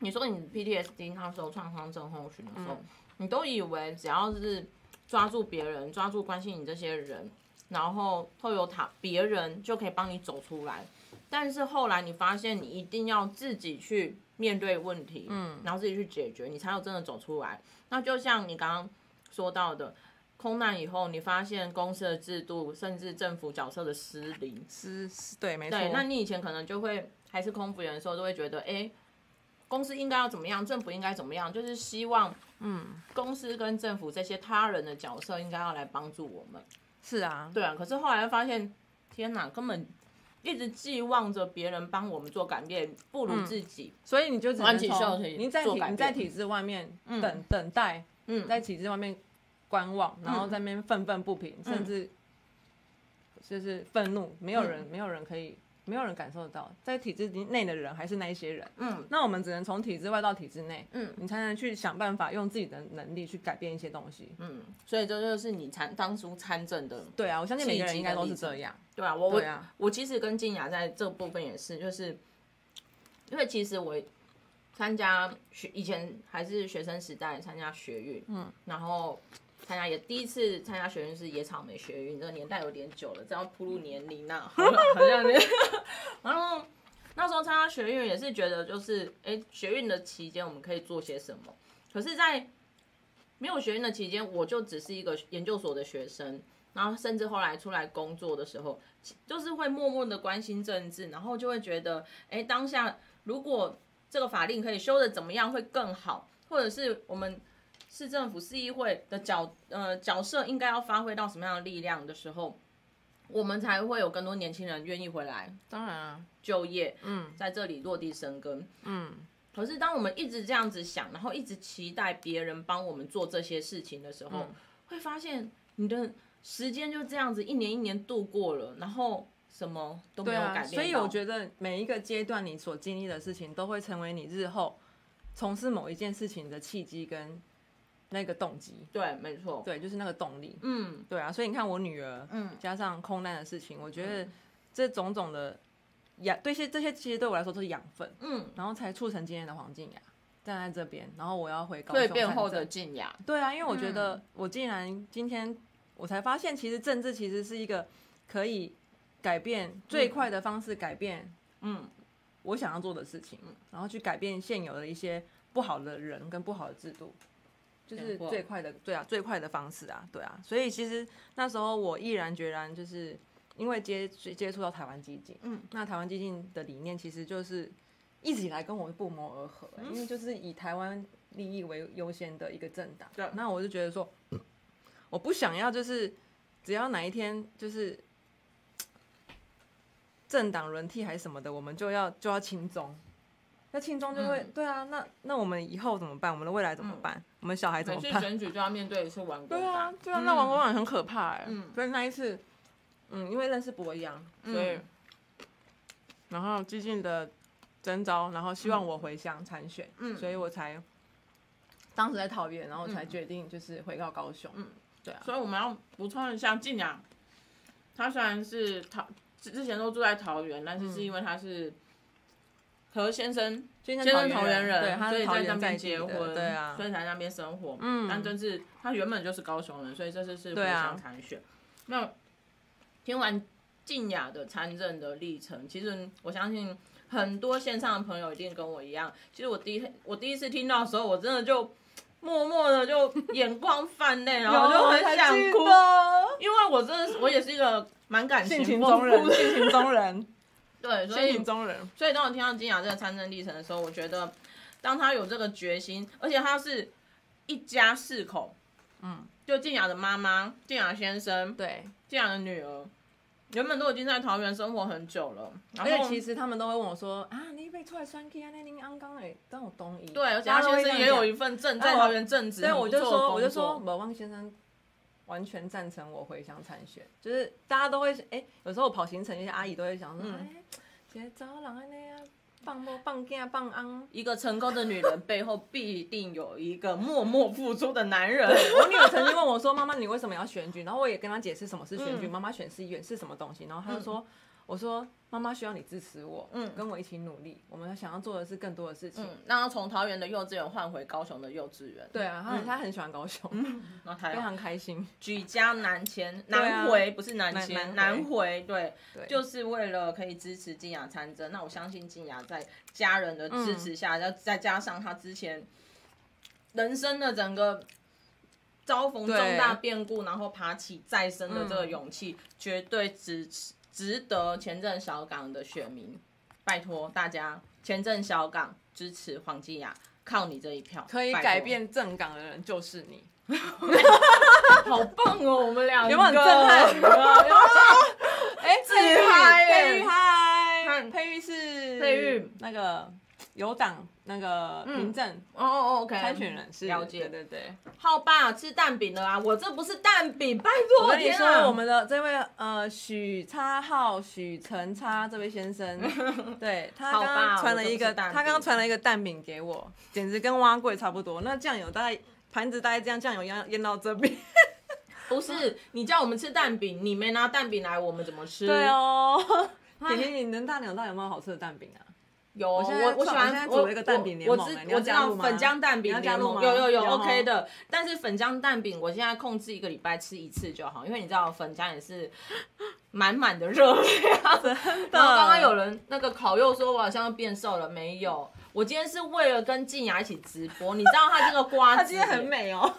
S3: 你说你 PTSD 那时候创伤症候群的时候，
S2: 嗯
S3: 你都以为只要是抓住别人、抓住关心你这些人，然后透由他别人就可以帮你走出来。
S1: 但是后来你发现，你一定要自己去面对问题，嗯，然后自己去解决，你才有真的走出来。那就像你刚刚说到的，空难以后，你发现公司的制度，甚至政府角色的失灵，
S2: 是是，对，没错。
S1: 对，那你以前可能就会还是空服员的时候，都会觉得，哎，公司应该要怎么样，政府应该怎么样，就是希望，嗯，公司跟政府这些他人的角色应该要来帮助我们。
S2: 是啊，
S1: 对啊，可是后来发现，天哪，根本一直寄望着别人帮我们做改变，不如自己。
S2: 所以你就只能
S1: 弯起袖
S2: 从
S1: 子
S2: 你在
S1: 做
S2: 体
S1: 改
S2: 你在
S1: 变
S2: 体制外面等、等待，嗯，在体制外面观望，然
S1: 嗯
S2: 后在那边愤愤不平，甚至就是愤怒，没有
S1: 嗯
S2: 人、没有人可以。没有人感受得到，在体制内的人还是那一些人，嗯，那我们只能从体制外到体制内，嗯，你才能去想办法用自己的能力去改变一些东西，嗯，
S1: 嗯，所以这就是你参当初参政的，
S2: 对啊，我相信每
S1: 契
S2: 个人
S1: 机
S2: 应该
S1: 的
S2: 都
S1: 例
S2: 是
S1: 子
S2: 这样，
S1: 对啊，我我、
S2: 对啊
S1: 我其实跟静雅在这部分也是，就是因为其实我参加学以前还是学生时代参加学运，嗯，然后参加也第一次参加学运是野草莓学运，这个年代有点久了，这样铺路年龄那、好像好像那 然后那时候参加学运也是觉得就是哎、诶学运的期间我们可以做些什么，可是，在没有学运的期间，我就只是一个研究所的学生，然后甚至后来出来工作的时候，其就是会默默的关心政治，然后就会觉得，哎，当下如果这个法令可以修的怎么样会更好，或者是我们市政府、市议会的角呃角色应该要发挥到什么样的力量的时候，我们才会有更多年轻人愿意回来
S2: 当然啊，
S1: 就业，嗯，在这里落地生根，
S2: 嗯，
S1: 可是当我们一直这样子想，然后一直期待别人帮我们做这些事情的时候，
S2: 嗯
S1: 会发现你的时间就这样子一年一年度过了，然后什么都没
S2: 对
S1: 有
S2: 啊，
S1: 改变、
S2: 所以我觉
S1: 得，
S2: 得每一个阶段你所经历的事情，都会成为你日后从事某一件事情的契机跟那个动机。
S1: 对，没错，
S2: 对，就是那个动力。
S1: 嗯，
S2: 对啊，所以你看我女儿，
S1: 嗯
S2: 加上空难的事情，我觉得
S1: 嗯
S2: 这种种的养，对些这些其实对我来说都是养分，
S1: 嗯，
S2: 然后才促成今天的黄静雅站在这边，然后我要回高雄
S1: 蜕变
S2: 参
S1: 后
S2: 政
S1: 的嗯静雅，
S2: 对啊，因为我觉得我竟然今天我才发现，其实政治其实是一个可以改变最快的方式，改变
S1: 嗯
S2: 我想要做的事情，然后去改变现有的一些不好的人跟不好的制度，就是
S1: 没错
S2: 最快的，对啊，最快的方式啊，对啊。所以其实那时候我毅然决然就是因为接接触到台湾基金，
S1: 嗯，
S2: 那台湾基金的理念其实就是一直以来跟我不谋而合、因为就是以台湾利益为优先的一个政党。
S1: 对
S2: 啊那我就觉得说，我不想要就是只要哪一天就是政党轮替还是什么的，我们就要就要轻中。那轻中就会、
S1: 嗯
S2: 对啊，那那我们以后怎么办？我们的未来怎么办？我们小孩怎
S1: 每
S2: 么
S1: 次
S2: 办？
S1: 选举就要面对一次完工
S2: 对啊
S1: 吧，，
S2: 对啊，那王国长很可怕哎、
S1: 嗯
S2: 所以那一次，嗯，因为认识博洋，所以、
S1: 嗯
S2: 然后激进的征召，然后希望我回乡参选，
S1: 嗯
S2: 所以我才当时在桃园，然后才决定就是回到高雄，
S1: 嗯
S2: 对啊，
S1: 所以我们要补充一下，静雅，她虽然是桃之之前都住在桃园，但是是因为她是何先生
S2: 先
S1: 先生桃园人，
S2: 对，他
S1: 所
S2: 是
S1: 以
S2: 嗯桃
S1: 在那
S2: 园在
S1: 边
S2: 地
S1: 结
S2: 的
S1: 婚，
S2: 对啊
S1: 所，以才在那边生活。
S2: 嗯
S1: 但真是他原本就是高雄人，所以这次是回
S2: 对啊
S1: 乡参选。那听完静雅的参政的历程，其实我相信很多线上的朋友一定跟我一样。其实我第一我第一次听到的时候，我真的就默默的就眼眶泛泪，然后就很想哭，因为我真的是我也是一个蛮感
S2: 性情
S1: 丰
S2: 中
S1: 富
S2: 人，
S1: 的，
S2: 性情中人，
S1: 对， 所
S2: 性
S1: 以
S2: 情中人，
S1: 所以当我听到金雅这个参政历程的时候，我觉得当他有这个决心，而且他是一家四口，
S2: 嗯，
S1: 就静雅的妈妈、静雅先生、
S2: 对，
S1: 静雅的女儿，原本都已经在桃园生活很久了，然
S2: 而且
S1: 后
S2: 其实他们都会问我说啊，你被出来酸 K 啊，那您刚刚哎，但我懂你。
S1: 对，而且
S2: 大
S1: 他
S2: 家都会
S1: 先生
S2: 这样
S1: 也有
S2: 讲
S1: 一份正
S2: 然
S1: 在
S2: 后我
S1: 桃园正职，
S2: 对，啊我就说，我就说，
S1: 工作，
S2: 某汪先生完全赞成我回乡参选，就是大家都会，哎、有时候我跑行程，一些阿姨都会想说，
S1: 嗯
S2: 哎、姐姐早人安尼啊，放猫放囝放昂。
S1: 一个成功的女人背后必定有一个默默付出的男人，
S2: 我女儿曾经问我说：“妈妈，你为什么要选举？”然后我也跟她解释什么是选举，
S1: 嗯
S2: 妈妈选市议员是什么东西。然后她就说：“我说妈妈需要你支持我，嗯，跟我一起努力，我们想要做的是更多的事情。
S1: 嗯，那要从桃园的幼稚园换回高雄的幼稚园，嗯
S2: 对，啊，他很、他很喜欢高雄，
S1: 然后台
S2: 非
S1: 湾
S2: 常开心。
S1: 举家南迁，
S2: 啊
S1: 南回不是南迁，南
S2: 南南回
S1: 回对，
S2: 对
S1: 就是为了可以支持静雅参政。那我相信静雅在家人的支持下，
S2: 嗯
S1: 要、再加上她之前人生的整个遭逢重大变故，然后爬起再生的这个勇气，绝对值值得前镇小港的选民，拜托大家，前镇小港支持黄静雅，靠你这一票，
S2: 可以
S1: 拜托
S2: 改。变正港的人就是你，
S3: 好棒哦，我们两个
S2: 有没有很震撼？有没有哎，佩玉
S1: 嗨
S2: 佩玉
S1: 耶
S2: 嗨，
S1: 嗨
S2: 佩玉是
S3: 佩玉
S2: 那个有党那个凭证
S1: 哦哦，OK，
S2: 参选人是
S1: 了解
S2: 对对对。
S1: 好吧，吃蛋饼了啊！我这不是蛋饼，拜托，
S2: 我跟你
S1: 天
S2: 说，
S1: 啊！
S2: 我们的这位呃许叉号许成叉这位 先生，对他
S1: 好
S2: 刚
S1: 吧
S2: 刚传了一
S1: 我都
S2: 个，
S1: 不是蛋
S2: 他
S1: 饼
S2: 刚刚传了一个蛋饼给我，简直跟蛙柜差不多。那酱油大概盘子大概这样，酱油淹淹到 这边。
S1: 不是啊你叫我们吃蛋饼，你没拿蛋饼来，我们怎么吃？
S2: 对， 哦，甜甜，你能大鸟到有没有好吃的蛋饼啊？
S1: 有
S2: 我
S1: 我
S2: 现在
S1: 我喜
S2: 创我现在
S1: 欢
S2: 组了一个蛋饼联
S1: 我
S2: 盟
S1: 我知
S2: 哎你要
S1: 我知
S2: 加
S1: 道
S2: 入吗
S1: 粉浆蛋
S2: 你要
S1: 饼
S2: 加
S1: 联
S2: 入
S1: 盟
S2: 吗
S1: 有有有
S2: 有哦
S1: OK 的，但是粉浆蛋饼我现在控制一个礼拜吃一次就好，因为你知道粉浆也是满满的热 量。然后刚刚有人那个烤肉说我好像变瘦了，没有，我今天是为了跟静雅一起直播，你知道她这个瓜子，
S2: 他今天很美哦，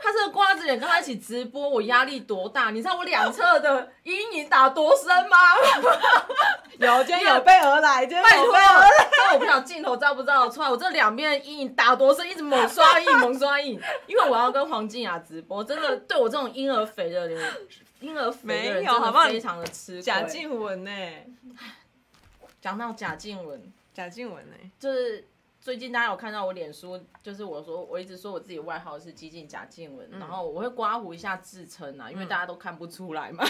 S1: 他这个瓜子脸跟他一起直播，我压力多大？你知道我两侧的阴影打多深吗？
S2: 有今天有备而来，今天
S1: 拜
S2: 有
S1: 托，
S2: 备而来。
S1: 但我不想镜头照不照得出来，我这两边的阴影打多深，一直猛刷印，猛刷印，因为我要跟黄静雅直播，真的对我这种婴儿肥的 人，婴儿肥的人
S2: 没有
S1: 真
S2: 好不好
S1: 的非常的吃亏。
S2: 贾静欸雯呢？
S1: 讲到贾静雯，
S2: 贾静欸雯呢？
S1: 就是最近大家有看到我脸书，就是我说我一直说我自己外号是激进贾静雯，
S2: 嗯
S1: 然后我会刮胡一下自称啊，因为大家都看不出来嘛。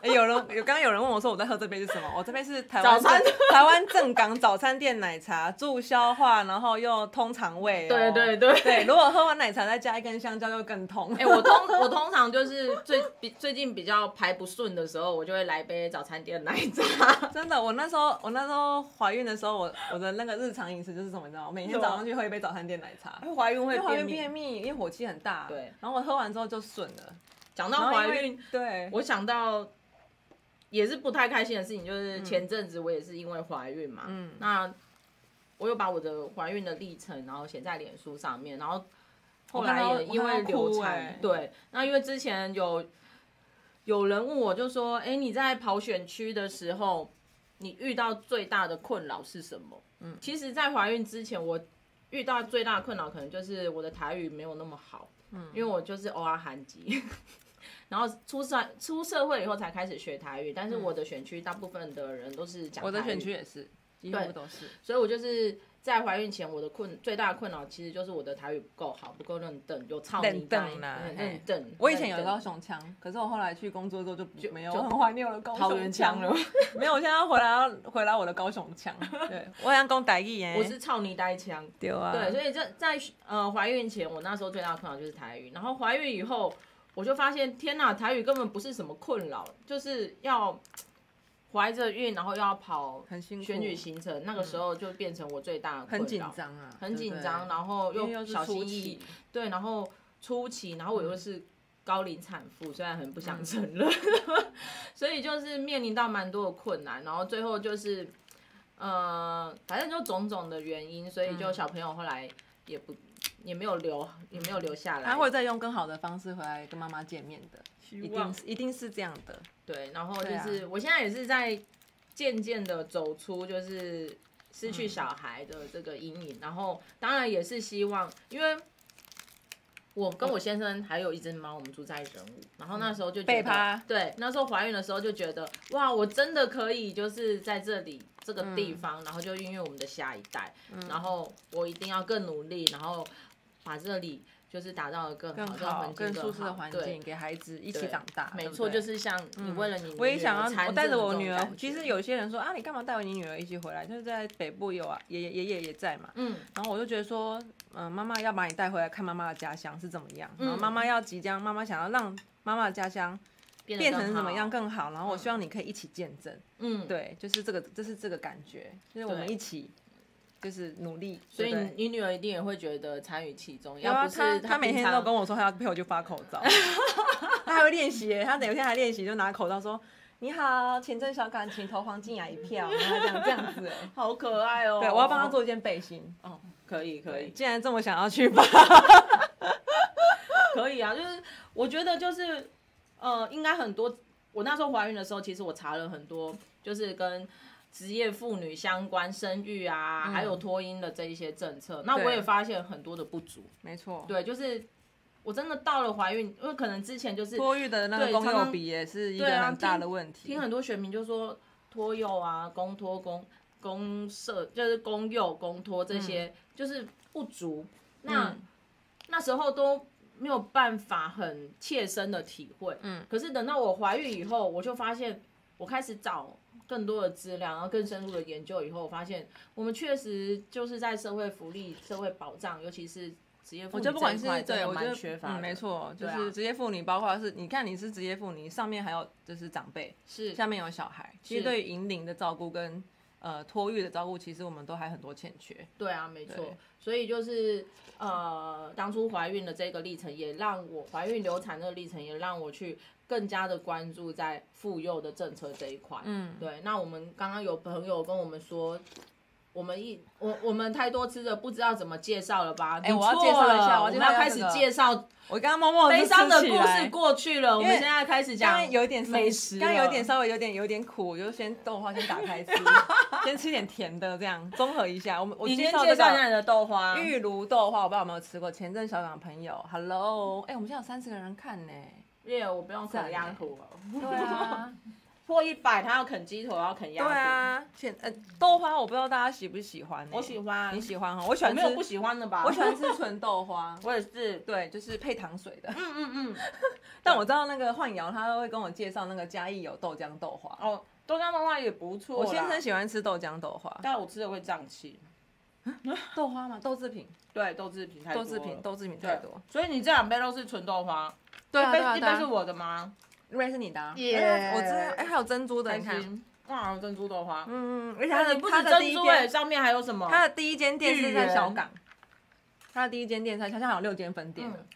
S2: 哎，有人有刚刚有人问我说我在喝这杯是什么？我哦这杯是台
S1: 早
S2: 湾
S1: 餐
S2: 台湾正港早餐店奶茶，助消化，然后又通肠胃哦。
S1: 对对对
S2: 对，如果喝完奶茶再加一根香蕉，又更通。
S1: 哎、我通我通常就是最比最近比较排不顺的时候，我就会来杯早餐店奶茶。
S2: 真的，我那时候我那时候怀孕的时候，我我的那个日常饮食就是什么，你知道吗？每天早上去喝一杯早餐店奶茶。
S1: 怀孕会
S2: 因为怀孕便
S1: 便。
S2: 秘，因为火气很大。
S1: 对
S2: 然后我喝完之后就顺了。
S1: 讲
S2: 然
S1: 到
S2: 后
S1: 怀
S2: 因为
S1: 孕，，
S2: 对，
S1: 我想到也是不太开心的事情，就是前阵子我也是因为怀孕嘛，
S2: 嗯
S1: 那我有把我的怀孕的历程，然后写在脸书上面，然后后
S2: 我看
S1: 来
S2: 到
S1: 也因为流
S2: 我看到哭
S1: 产，
S2: 欸
S1: 对，那因为之前有有人问我，就说，哎、你在跑选区的时候，你遇到最大的困扰是什么？嗯，其实，在怀孕之前，我遇到最大的困扰可能就是我的台语没有那么好，嗯，因为我就是欧阿韩籍。 然后出社出社会以后才开始学台语，但是我的选区大部分的人都是讲
S2: 嗯我的
S1: 台
S2: 选
S1: 语
S2: 区也是，几乎都是。
S1: 所以我就是在怀孕前，我的困最大的困扰其实就是我的台语不够好，不够认凳，有操泥
S2: 认凳啦
S1: 嗯
S2: 嘿
S1: 认凳。
S2: 我以前有
S1: 认
S2: 高
S1: 凳
S2: 雄腔，可是我后来去工作之后就不没有，
S1: 就
S2: 我很怀 念我的高
S1: 桃
S2: 雄
S1: 园腔了，
S2: 没有，我现在要回来要回来我的高雄 腔。对，我想讲台语耶。
S1: 我是操泥呆腔。
S2: 对啊，
S1: 对，所以这在呃怀孕前，我那时候最大的困扰就是台语，然后怀孕以后，我就发现天呐，台语根本不是什么困扰，就是要怀着孕，然后又要跑
S2: 很辛苦嗯
S1: 选举行程，那个时候就变成我最大的困
S2: 很
S1: 扰，
S2: 紧张啊，
S1: 很紧张，
S2: 后
S1: 然后
S2: 因为又
S1: 又
S2: 是
S1: 小心
S2: 初
S1: 翼翼
S2: 期，，
S1: 对，然后初期，然后我又
S2: 嗯
S1: 是高龄产妇，虽然很不想承认， 所以就是面临到蛮多的困难，然后最后就是，呃，反正就种种的原因，所以
S2: 嗯
S1: 就小朋友后来也不也没有留，也没有留下来
S2: 他，会再用更好的方式回来跟妈妈见面的，一定是一定是这样的。
S1: 对，然后就
S2: 对啊
S1: 是、我现在也是在渐渐的走出，就是失
S2: 嗯
S1: 去小孩的这个阴影，然后当然也是希望，因为。我
S2: 哦
S1: 跟我先生还有一只猫，我们住在人物，然后那时候就觉得
S2: 嗯被趴
S1: 对，那时候怀孕的时候就觉得，哇，我真的可以就是在这里这个地
S2: 嗯
S1: 方，然后就孕育我们的下一代，嗯然后我一定要更努力，然后把这里就是打造的更好，
S2: 更
S1: 这个环
S2: 好、
S1: 境
S2: 更舒适的
S1: 好
S2: 环
S1: 对
S2: 境，给孩子一起
S1: 对
S2: 长大。
S1: 没
S2: 啊对不
S1: 错，
S2: 对嗯
S1: 就是像你为了你女儿，
S2: 我也想要，我带着我
S1: 参政
S2: 女
S1: 这
S2: 儿
S1: 种。
S2: 其实
S1: 感觉，
S2: 有些人说啊，你干嘛带你女儿一起回来？就是在北部有啊，爷爷爷爷也在嘛。
S1: 嗯，
S2: 然后我就觉得说，嗯、妈妈要把你带回来看妈妈的家乡是怎么样，然后
S1: 嗯
S2: 妈妈要即将，妈妈想要让妈妈的家乡
S1: 变
S2: 变
S1: 得
S2: 成
S1: 更
S2: 怎么
S1: 好嗯
S2: 样更好，然后我希望你可以一起见证，
S3: 嗯，
S2: 对，就是这个，这是这个感觉，就是我们
S1: 对
S2: 一起就是努力，
S1: 所以
S2: 对不
S1: 你
S2: 对
S1: 你女儿一定也会觉得参与其中，
S2: 有
S1: 要
S2: 啊，
S1: 不
S2: 他
S1: 是
S2: 他每
S1: 平
S2: 天都
S1: 常
S2: 跟我说他要陪我去发口罩， 他还会练习耶，他有一天还练习就拿口罩说。你好，前阵小港，请投黄静雅一票，然后这样这 样子耶，
S1: 好可爱哦、
S2: 对我要帮他做一件背心。
S1: 哦，可以可以
S2: 既然这么想要去吧，
S1: 可以啊，就是我觉得就是呃，应该很多。我那时候怀孕的时候，其实我查了很多，就是跟职业妇女相关、生育啊，还有托婴的这一些政策。那我
S2: 嗯对
S1: 也发现很多的不足，
S2: 没错，
S1: 对，就是我真的到了怀孕，因为可能之前就是
S2: 托育的那个
S1: 对
S2: 公
S1: 常
S2: 幼
S1: 常
S2: 比也是一
S1: 对
S2: 个
S1: 啊
S2: 很大
S1: 听
S2: 的问题
S1: 听。很多学民就说托幼啊、公托、公公社，就是公幼、公托这些、就是不足。那、
S2: 嗯
S1: 那时候都没有办法很切身的体会。
S2: 嗯
S1: 可是等到我怀孕以后，我就发现我开始找更多的资料，然后更深入的研究以后，我发现我们确实就是在社会福利、社会保障，尤其是职业妇
S2: 我
S1: 女
S2: 觉
S1: 这
S2: 得不管
S1: 一
S2: 是
S1: 块，真
S2: 对，
S1: 的
S2: 我觉
S1: 蛮
S2: 得
S1: 缺乏的、
S2: 嗯没错，就
S1: 对啊
S2: 是职业妇女，包括是你看你是职业妇女，上面还有就是长辈，
S1: 是
S2: 下面有小孩，其实
S1: 是
S2: 对于引领的照顾跟呃托育的照顾，其实我们都还很多欠缺。
S1: 对啊，没
S2: 对
S1: 错。所以就是呃，当初怀孕的这个历程，也让我怀孕流产这个历程，也让我去更加的关注在妇幼的政策这一块。
S2: 嗯
S1: 对。那我们刚刚有朋友跟我们说。我们一我我们太多吃的不知道怎么介绍了吧？哎
S2: 我要介绍一下
S1: 我
S2: 我要
S1: 们
S2: 介绍一
S1: 要
S2: 下
S1: 开
S2: 这
S1: 始
S2: 个
S1: 介绍
S2: 我刚刚默默地
S1: 悲伤的
S2: 吃起
S1: 故
S2: 来
S1: 事过去了，我们
S2: 因为
S1: 现在开始
S2: 刚
S1: 讲
S2: 刚有一点
S1: 美食了，
S2: 刚刚有一点稍微有点有点苦，我就先豆花先打开 吃，先吃一点甜的，这样综合一下。我们我
S1: 你先
S2: 介
S1: 介
S2: 绍
S1: 绍一
S2: 这
S1: 下你
S2: 个
S1: 的豆花，
S2: 玉炉豆花，我不知道有没有吃过。前阵小港朋友，Hello，哎、我们现在有三十个人看呢、
S1: 耶我不用啃
S2: 赞
S1: 鸭
S2: 欸
S1: 腿了，
S2: 对啊，
S1: 破一百他要啃鸡腿，我要啃鸭
S2: 对
S1: 腿，
S2: 啊，前呃豆花我不知道大家喜不喜欢、
S1: 我喜，欢，
S2: 你喜欢哈？我喜
S1: 我
S2: 欢
S1: 没
S2: 吃，
S1: 有不喜欢的吧？，
S2: 我喜欢吃纯豆花
S1: 我也是。
S2: 对，就是配糖水的。
S1: 嗯嗯嗯。
S2: 但我知道那个幻瑶，他会跟我介绍那个嘉义有豆浆豆花。
S1: 哦，豆浆豆花也不错。
S2: 我先生，喜欢吃豆浆豆花，
S1: 但我吃的会胀气。
S2: 豆花嘛，豆制品，
S1: 对，豆制品太多
S2: 豆
S1: 了
S2: 制品，豆制品
S1: 对啊
S2: 太多。啊
S1: 所以你这两杯都是纯豆花，
S2: 对
S1: 一杯一杯是我的吗？
S2: 瑞是你的啊，
S3: 耶
S2: 哎我知道，哎，还有珍珠的，你看，
S1: 开心哇，珍珠豆花。
S2: 嗯，而且
S1: 那
S2: 它的
S1: 你不
S2: 它
S1: 止
S2: 的第
S1: 珍
S2: 一
S1: 珠哎，
S2: 间，
S1: 上面还有什么？
S2: 它的第一间店是在
S1: 芋圆
S2: 小港，它的第一间店在小港有六间分店
S1: 嗯，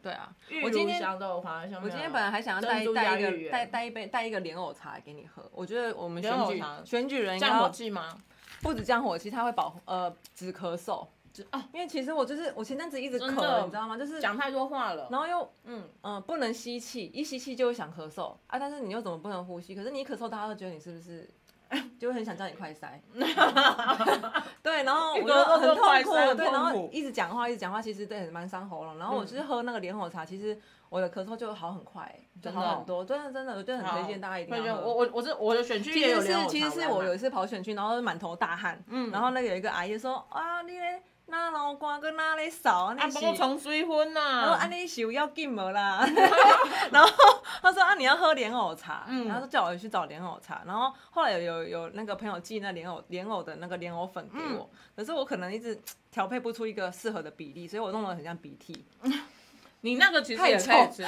S2: 对啊，
S1: 玉
S2: 我今
S1: 乳
S2: 天
S1: 香豆花，我
S2: 我今天本来还想要带
S1: 啊珍珠
S2: 带
S1: 加
S2: 一
S1: 芋
S2: 个
S1: 圆
S2: 带带一杯带一个莲藕茶给你喝，我觉得我们
S1: 莲
S2: 选
S1: 藕
S2: 举
S1: 茶
S2: 选举人应该
S1: 降火
S2: 要
S1: 气吗？
S2: 不止降火气，它会保护呃止咳嗽，
S1: 哦
S2: 因为其实我就是我前阵子一直
S1: 真的
S2: 咳，你知道吗？就是
S1: 讲太多话了。
S2: 然后又
S1: 嗯，
S2: 嗯，不能吸气，一吸气就会想咳嗽啊，但是你又怎么不能呼吸？可是你一咳嗽，大家都觉得你是不是就会很想叫你 快塞？对，然后我
S1: 一
S2: 就
S1: 咳嗽就
S2: 很
S1: 快
S2: 痛
S1: 塞
S2: 苦，
S1: 很
S2: 对，
S1: 痛
S2: 然后
S1: 苦嗯
S2: 一直讲话，一直讲话，其实对，蛮伤喉咙。然后我就是喝那个莲藕茶，其实我的咳嗽就好很快，就
S1: 真的
S2: 好
S1: 哦
S2: 很多。真的真的，我就很推荐大家一定
S1: 推荐
S2: 要
S1: 我
S2: 喝。
S1: 我我这我的选区
S2: 其
S1: 也有
S2: 实
S1: 莲
S2: 是
S1: 藕
S2: 其实
S1: 茶
S2: 是
S1: 我
S2: 我
S1: 还
S2: 有
S1: 买
S2: 一次跑选区，然后满头大汗，
S1: 嗯
S2: 然后那个有一个阿姨说啊，你嘞哪老瓜跟哪里少啊，
S1: 啊，
S2: 你
S1: 不
S2: 是
S1: 过重水婚
S2: 然后
S1: 呐
S2: 安，利啊是要进门啦， 然后他说啊你要喝莲藕茶，
S1: 嗯
S2: 然后就叫我去找莲藕茶，然后后来有有有那个朋友寄那莲藕莲藕的那个莲藕粉给我，
S1: 嗯
S2: 可是我可能一直调配不出一个适合的比例，所以我弄得很像 鼻涕，
S1: 你那个其实
S2: 太
S1: 也可以吃，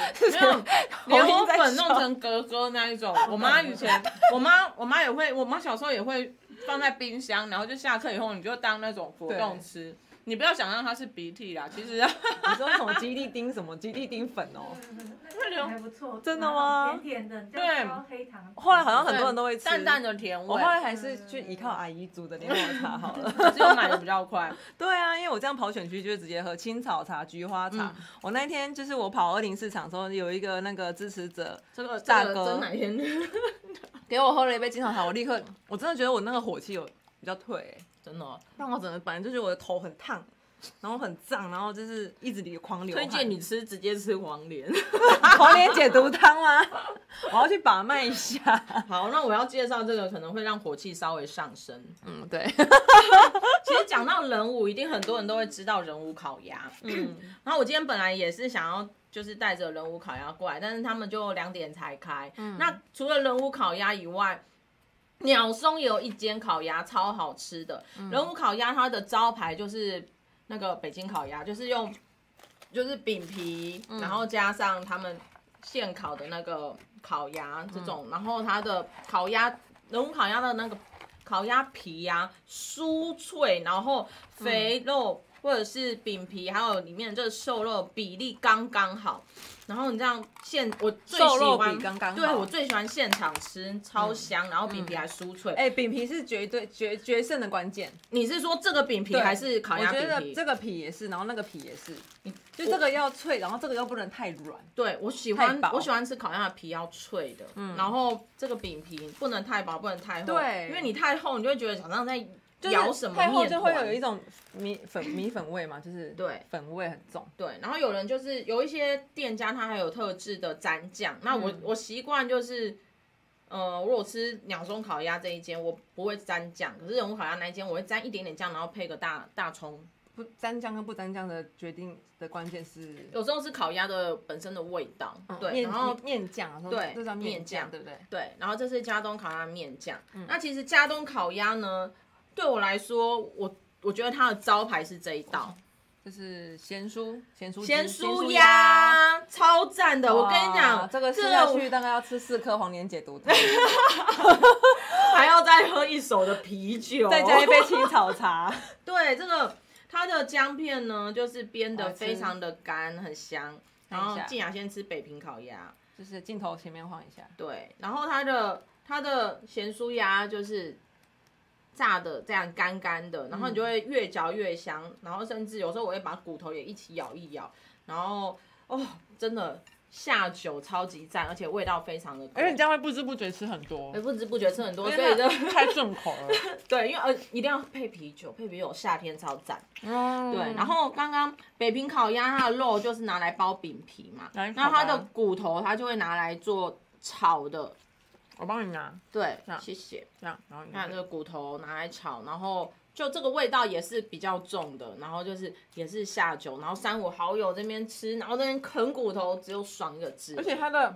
S1: 没有莲 藕粉弄成格格那一种。我妈以前，我妈我妈也会，我妈小时候也会放在冰箱，然后就下课以后你就当那种果冻吃。你不要想让它是鼻涕啦，其实
S2: 你说什么吉利丁什么吉利丁粉哦，
S4: 那还不错，
S2: 真的吗
S4: 然后甜甜的，
S1: 对
S4: 对，包黑糖。
S2: 后来好像很多人都会吃，
S1: 淡淡的甜
S2: 我
S1: 味
S2: 后，来还是去依靠阿姨煮的莲藕茶好了。
S1: 可是我买的比较快。
S2: 对啊，因为我这样跑选区就是直接喝青草茶、菊花茶。我那天就是我跑二零市场的时候，有一个那个支持者
S1: 这个
S2: 大
S1: 这个
S2: 哥
S1: 真奶甜，
S2: 给我喝了一杯青草茶，我立刻，我真的觉得我那个火气有比较退、欸，
S1: 真的哦
S2: 让我整个本来就觉得我的头很烫，然后很胀，然后就是一直流狂流汗。
S1: 推荐 你吃直接吃黄连。
S2: 黄连解毒汤吗？我要去把脉一下。
S1: 好，那我要介绍这个可能会让火气稍微上升。
S2: 嗯， 对，
S1: 其实讲到人物，一定很多人都会知道人物烤鸭。嗯， 然后我今天本来也是想要就是带着人物烤鸭过来，但是他们就两点才开。那除了人物烤鸭以外，鸟松也有一间烤鸭超好吃的。
S2: 嗯
S1: 人物烤鸭它的招牌就是
S2: 嗯
S1: 那个北京烤鸭，就是用就是饼皮，然后加上他们现烤的那个烤鸭这
S2: 嗯
S1: 种，然后它的烤鸭人工烤鸭的那个烤鸭皮呀、酥脆，然后肥肉、或者是饼皮，还有里面的这个瘦肉比例刚刚好。然后你这样现我最
S2: 瘦
S1: 喜
S2: 肉
S1: 欢
S2: 比刚刚好嗯
S1: 对我最喜欢现场吃，超香，然后饼皮还酥脆。
S2: 哎、饼皮是绝对决决胜的关键，
S1: 你是说这个饼皮还是烤鸭
S2: 我觉
S1: 饼
S2: 得
S1: 皮？
S2: 这个皮也是，然后那个皮也是，就这个要脆，然后这个又不能太软。
S1: 对我喜
S2: 太
S1: 欢
S2: 薄
S1: 我喜欢吃烤鸭的皮要脆的，然后这个饼皮不能太薄，不能太厚，
S2: 对
S1: 因为你太厚，你就会觉得好像在
S2: 就是
S1: 咬什么
S2: 太厚
S1: 面
S2: 就会有
S1: 团
S2: 一种米粉米粉味嘛，就是
S1: 对
S2: 粉味很重。
S1: 对，然后有人就是有一些店家他还有特制的蘸酱，那我、
S2: 嗯
S1: 我习惯就是，呃，如果吃鸟松烤鸭这一间，我不会沾酱，可是人物烤鸭那一间我会沾一点点酱，然后配个大大葱，
S2: 不沾酱跟不沾酱的决定的关键是
S1: 有时候是烤鸭的本身的味道，哦对，
S2: 嗯面
S1: 然后
S2: 面酱啊，
S1: 对
S2: 这叫面
S1: 面
S2: 酱，
S1: 酱
S2: 对不对？
S1: 对，然后这是加东烤鸭面酱。
S2: 嗯
S1: 那其实加东烤鸭呢，对我来说，我我觉得它的招牌是这一道
S2: 就是咸酥咸酥鸡
S1: 咸酥
S2: 哦酥鸭。
S1: 鸭，超赞的。我跟你
S2: 哇
S1: 讲，
S2: 这个吃
S1: 个
S2: 下去大概要吃四颗黄连解 毒汤，
S1: 还要再喝一手的啤酒，
S2: 再加一杯青草茶。
S1: 对这个它的姜片呢，就是煸
S2: 好
S1: 的
S2: 吃
S1: 非常的干，很香。然
S2: 一
S1: 后
S2: 下
S1: 静雅先吃北平烤鸭，
S2: 就是镜头前面晃一下，
S1: 对，然后它的它的咸酥鸭就是炸的这样干干的，然后你就会越嚼越香，然后甚至有时候我会把骨头也一起咬一咬，然后哦，真的下酒超级赞，而且味道非常的够，
S6: 样会不知不觉吃很多
S1: 哎不知不觉吃很多，所
S2: 因为
S1: 以
S2: 它
S1: 就
S6: 太顺口了。
S1: 对，因为呃一定要配啤酒，配啤酒夏天超赞。
S6: 嗯，
S1: 对，然后刚刚北平烤鸭它的肉就是拿来包饼皮嘛，
S6: 来
S1: 那
S6: 你烤吧
S1: 它的骨头它就会拿来做炒的，
S6: 我帮你拿，
S1: 对
S6: 这，样
S1: 谢谢。
S6: 这样，然后你
S1: 那这个骨头拿来炒，然后就这个味道也是比较重的，然后就是也是下酒，然后三五好友这边吃，然后这边啃骨头，只有爽一个字。
S2: 而且它的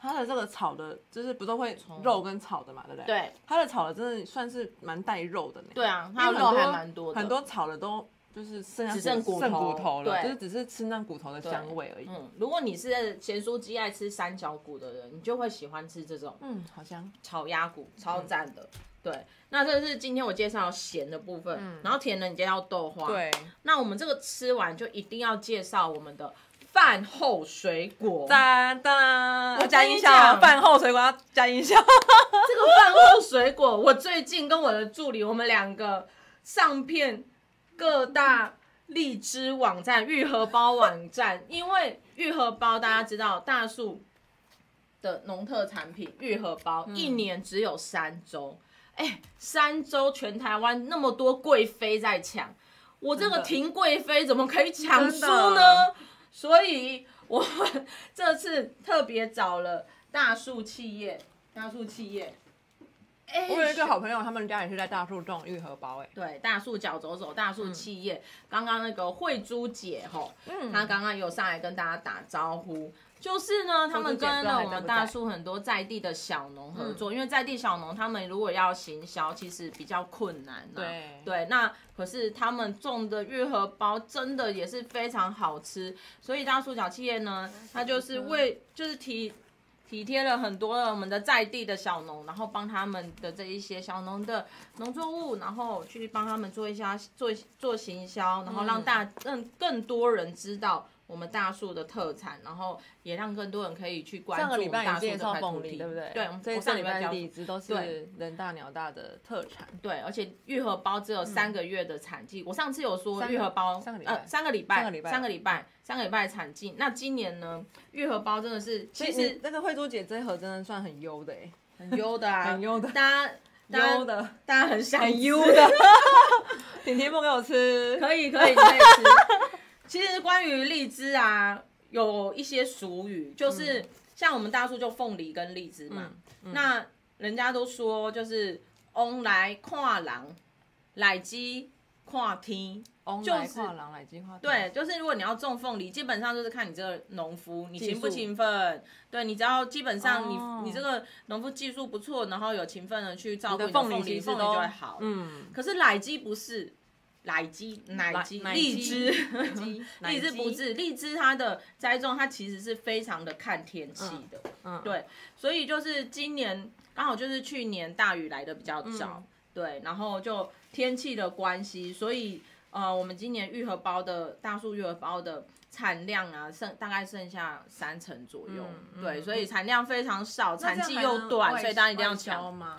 S2: 它的这个炒的，就是不都会肉跟炒的嘛，对不对？，
S1: 对
S2: 它的炒的真的算是蛮带肉的呢。
S1: 对啊，
S2: 因
S1: 它
S2: 为
S1: 的
S2: 很
S1: 肉
S2: 多
S1: 还蛮多的，
S2: 很多炒的都就是剩下
S1: 只剩
S2: 骨
S1: 骨
S6: 剩骨头了
S1: 对
S2: 就是只是吃那骨头的
S1: 对
S2: 香味而已。
S1: 嗯，如果你是咸酥鸡爱吃三角骨的人，你就会喜欢吃这种
S2: 嗯，好香。
S1: 炒鸭骨，超赞的。对，那这是今天我介绍咸的部分，然后甜的你介绍豆花。，
S2: 对，
S1: 那我们这个吃完就一定要介绍我们的饭后水果。
S2: 哒哒，要加
S1: 跟你
S2: 音效哦，
S1: 讲
S2: 饭后水果要加音效。
S1: 这个饭后水果，我最近跟我的助理，我们两个上片各大荔枝网站、愈合包网站，因为愈合包大家知道大树的农特产品愈合包、
S2: 嗯
S1: 一年只有三周，哎，三周全台湾那么多贵妃在抢，我这个
S2: 真的
S1: 停贵妃怎么可以抢
S2: 真
S1: 输
S2: 的
S1: 呢？所以我 们这次特别找了大树企业，大树企业。哎
S2: 我有一个好朋友，他们家也是在大树种愈合包，哎，
S1: 对，大树脚走走，大树企业。刚刚那个慧珠姐吼，她刚刚也有上来跟大家打招呼。就是呢，他们跟了我们大树很多在地的小农合作，因为在地小农他们如果要行销，其实比较困难、啊。
S2: 对
S1: 对，那可是他们种的愈合包真的也是非常好吃，所以大树脚企业呢，它就是为就是提体贴了很多我们的在地的小农，然后帮他们的这一些小农的农作物，然后去帮他们做一下做做行销，
S2: 嗯
S1: 然后让大更更多人知道我们大树的特产，然后也让更多人可以去关
S2: 上
S1: 注
S2: 个
S1: 我
S2: 礼
S1: 们
S2: 拜
S1: 大
S2: 你
S1: 树
S2: 介
S1: 这
S2: 绍
S1: 块土
S2: 凤
S1: 地。对
S2: 梨，对不对？
S1: 对，我们
S2: 这
S1: 我
S2: 上
S1: 上
S2: 礼
S1: 礼
S2: 拜
S1: 拜
S2: 的
S1: 教
S2: 荔枝都是
S1: 对
S2: 人大鸟大的特产，
S1: 对，而且愈合包只有三个月的产季。我上次有说
S2: 三个
S1: 愈合包，
S2: 上个礼拜
S1: 呃三个礼拜，
S2: 上个礼拜
S1: 三个礼拜，三个礼拜的产季。那今年呢，愈合包真的是其
S2: 所以
S1: 实
S2: 你那个惠珠姐这一盒真的算很优的，哎，
S1: 很优的啊，
S2: 很优的
S1: 大家大家
S2: 优的，
S1: 大家很想
S2: 很
S1: 吃
S2: 优的。甜甜不给我吃，
S1: 可以可以可以吃。 其实关于荔枝啊，有一些俗语，就是
S2: 嗯
S1: 像我们大树就凤梨跟荔枝嘛，那人家都说就是“翁来跨郎，来鸡跨天”，
S2: 就
S1: 就是
S2: 是跨狼来金花。
S1: 对，，就是如果你要种凤梨，基本上就是看你这个农夫你勤不
S2: 技术
S1: 勤奋。对你只要基本上你、
S2: 哦
S1: 你这个农夫技术不错，然后有勤奋的去照顾
S2: 的
S1: 你的
S2: 凤
S1: 凤
S2: 梨
S1: 梨，
S2: 其实
S1: 凤梨
S2: 都
S1: 就会好。
S2: 嗯，
S1: 可是奶鸡不是，奶鸡、奶鸡、
S2: 奶
S1: 荔枝、
S2: 鸡
S1: 荔枝不，
S2: 奶
S1: 治，荔枝它的栽种它其实是非常的看天气的，
S2: 嗯
S1: 对，所以就是今年刚好就是去年大雨来的比较早，
S2: 嗯
S1: 对，然后就天气的关系，所以呃，我们今年愈合包的大树愈合包的产量啊，剩大概剩下三成左右，
S2: 嗯
S1: 对，
S2: 嗯
S1: 所以产量非常少，产
S2: 那这
S1: 季
S2: 样还
S1: 又
S2: 能
S1: 短，
S2: 外
S1: 所以大家一定要
S2: 外销
S1: 抢。
S2: 吗？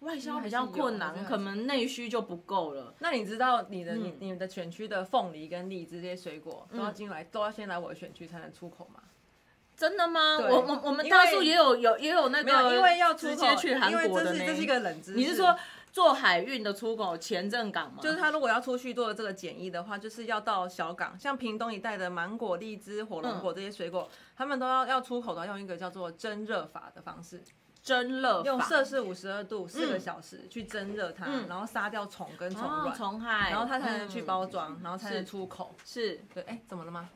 S1: 外销
S3: 还
S1: 比
S3: 是
S1: 较
S3: 有
S1: 困
S3: 我觉
S1: 难，
S3: 得
S1: 可
S3: 还是
S1: 能内需就不够了。
S2: 那你知道你的、你
S1: 嗯
S2: 你们的选区的凤梨跟荔枝这些水果都要进来，都要先来我的选区才能出口吗？
S1: 真的吗？
S2: 对
S1: 我我我们
S2: 因为
S1: 大树也有有也有那
S2: 没有，
S1: 个，
S2: 啊因为要出口，
S1: 直接去韩国的
S2: 因为这
S1: 呢。
S2: 是这是一个冷知识。
S1: 你是说做海运的出口前镇港吗？
S2: 就是他如果要出去做这个检疫的话，就是要到小港，像屏东一带的芒果、荔枝、火龙
S1: 嗯
S2: 果这些水果，他们都要要出口的，用一个叫做蒸热法的方式，
S1: 蒸热法
S2: 用摄氏五十二度四个小时去蒸热它，
S1: 嗯
S2: 然后杀掉虫跟虫
S1: 哦
S2: 卵，
S1: 虫害，
S2: 然后它才能去包
S1: 嗯
S2: 装，然后才能
S1: 是
S2: 出口。
S1: 是
S2: 对，哎，怎么了吗？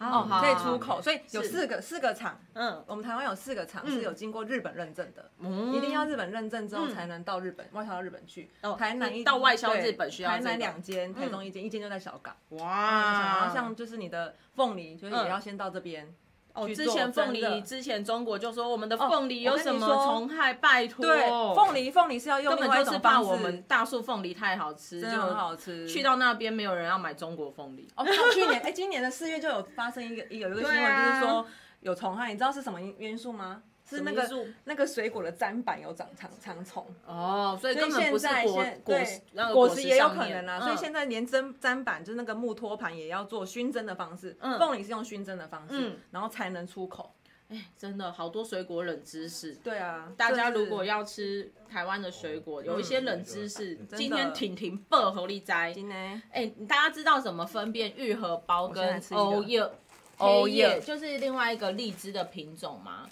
S1: 哦好
S2: 可以
S1: 好
S2: 出
S1: 好
S2: 口，所以有
S1: 是
S2: 四个四个厂，
S1: 嗯
S2: 我们台湾有四个厂
S1: 嗯
S2: 是有经过日本认证的，
S1: 嗯
S2: 一定要日本认证之后
S1: 嗯
S2: 才能到日本、外销到日本去。
S1: 哦
S2: 台南一
S1: 到外销
S2: 对
S1: 日本需要
S2: 台
S1: 这个嗯
S2: 南两间，台中一间，一间就在小港。
S1: 哇
S2: 然后像就是你的凤梨，就是
S1: 嗯
S2: 也要先到这边。
S1: 哦
S2: 去
S1: 之
S2: 做
S1: 前
S2: 蒸
S1: 凤梨
S2: 热
S1: 之前中国就说我们的
S2: 哦
S1: 凤梨有
S2: 我跟
S1: 什
S2: 你
S1: 么
S2: 说
S1: 虫害，拜托，
S2: 对，凤梨凤梨是要用
S1: 哦根
S2: 另
S1: 本
S2: 外
S1: 就
S2: 一
S1: 是
S2: 种
S1: 怕
S2: 方式，
S1: 我们大树凤梨太好吃，
S2: 真的很
S1: 就
S2: 好吃。
S1: 去到那边没有人要买中国凤梨，
S2: 哦，像去年哎，今年的四月就有发生一个有一个新
S1: 对
S2: 闻，就
S1: 啊
S2: 是说有虫害，你知道是什么因因素吗？是
S1: 什
S2: 那
S1: 么
S2: 个
S1: 因素
S2: 那个水果的砧板有长长长虫。
S1: 哦，所以
S2: 所
S1: 根
S2: 以
S1: 本不
S2: 现
S1: 是
S2: 在
S1: 果
S2: 现
S1: 呃果
S2: 对
S1: 那个
S2: 果
S1: 实
S2: 实也有
S1: 上
S2: 可
S1: 面
S2: 能啊，所以
S1: 嗯
S2: 现在连砧砧板就是那个木托盘也要做熏蒸的方式，
S1: 嗯
S2: 凤梨是用熏蒸的方式
S1: 嗯，
S2: 然后才能出口。
S1: 真的好多水果冷知识，
S2: 对啊，
S1: 大家
S2: 就是
S1: 如果要吃台湾的水
S2: 嗯
S1: 果，有一些冷知识。
S7: 嗯
S1: 今天婷婷薄荷力摘，
S2: 今天
S1: 哎、大家知道怎么分辨愈合包
S2: 我现
S1: 跟
S2: 在吃一个
S1: 欧叶？
S2: 欧
S1: 黑
S2: 叶
S1: 就是另外一个荔枝的品种吗？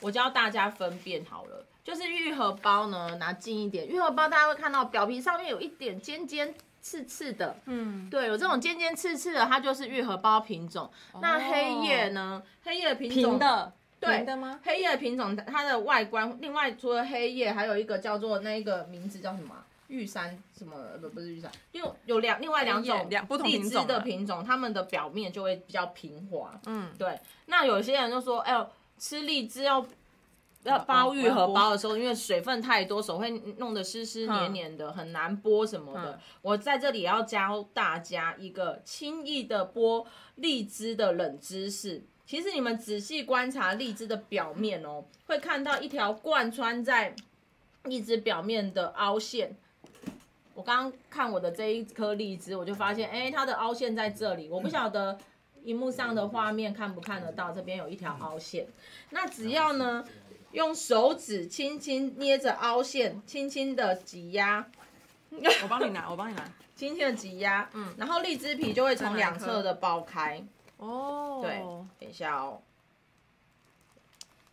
S1: 我教大家分辨好了，就是愈合包呢，拿近一点，愈合包大家会看到表皮上面有一点尖尖刺刺的，
S2: 嗯，
S1: 对，有这种尖尖刺刺的，它就是愈合包品种。
S2: 哦
S1: 那黑叶呢？黑叶品种
S2: 平的
S1: 对
S2: 平的吗？
S1: 黑叶品种，它的外观，另外除了黑叶，还有一个叫做那个名字叫什么啊、玉山什么？呃不不是玉山，有有两另外两
S2: 黑
S1: 种
S2: 叶两不同
S1: 荔
S2: 品种
S1: 枝
S2: 啊
S1: 的品种，它们的表面就会比较平滑。
S2: 嗯，
S1: 对，那有些人就说，哎呦，吃荔枝要要包愈合包的时候，因为水分太多，手会弄得湿湿黏黏的，很难剥什么的。
S2: 嗯
S1: 我在这里要教大家一个轻易的剥荔枝的冷知识。其实你们仔细观察荔枝的表面哦，会看到一条贯穿在荔枝表面的凹陷。我刚刚看我的这一颗荔枝，我就发现，哎，它的凹陷在这里。我不晓得荧幕上的画面看不看得到，这边有一条凹陷。那只要呢，用手指轻轻捏着凹陷，轻轻的挤压，
S2: 我帮你拿，我帮你拿。
S1: 轻轻的挤压，
S2: 嗯
S1: 然后荔枝皮就会从两侧的爆开。
S2: 哦，
S1: 对，等一下哦，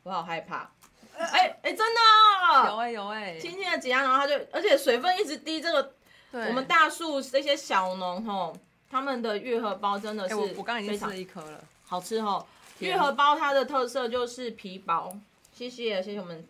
S1: 我好害怕。哎哎、真的
S2: 有
S1: 哦，
S2: 哎有哎，
S1: 轻轻的挤压，然后它就，而且水分一直滴。这个
S2: 对
S1: 我们大树这些小农吼，他们的愈合包真的
S2: 哎
S1: 是
S2: 我我刚刚已经
S1: 非
S2: 吃
S1: 常
S2: 了一颗 啊了，
S1: 好吃哦。
S2: 甜
S1: 愈合包它的特色就是皮薄，谢谢谢谢我们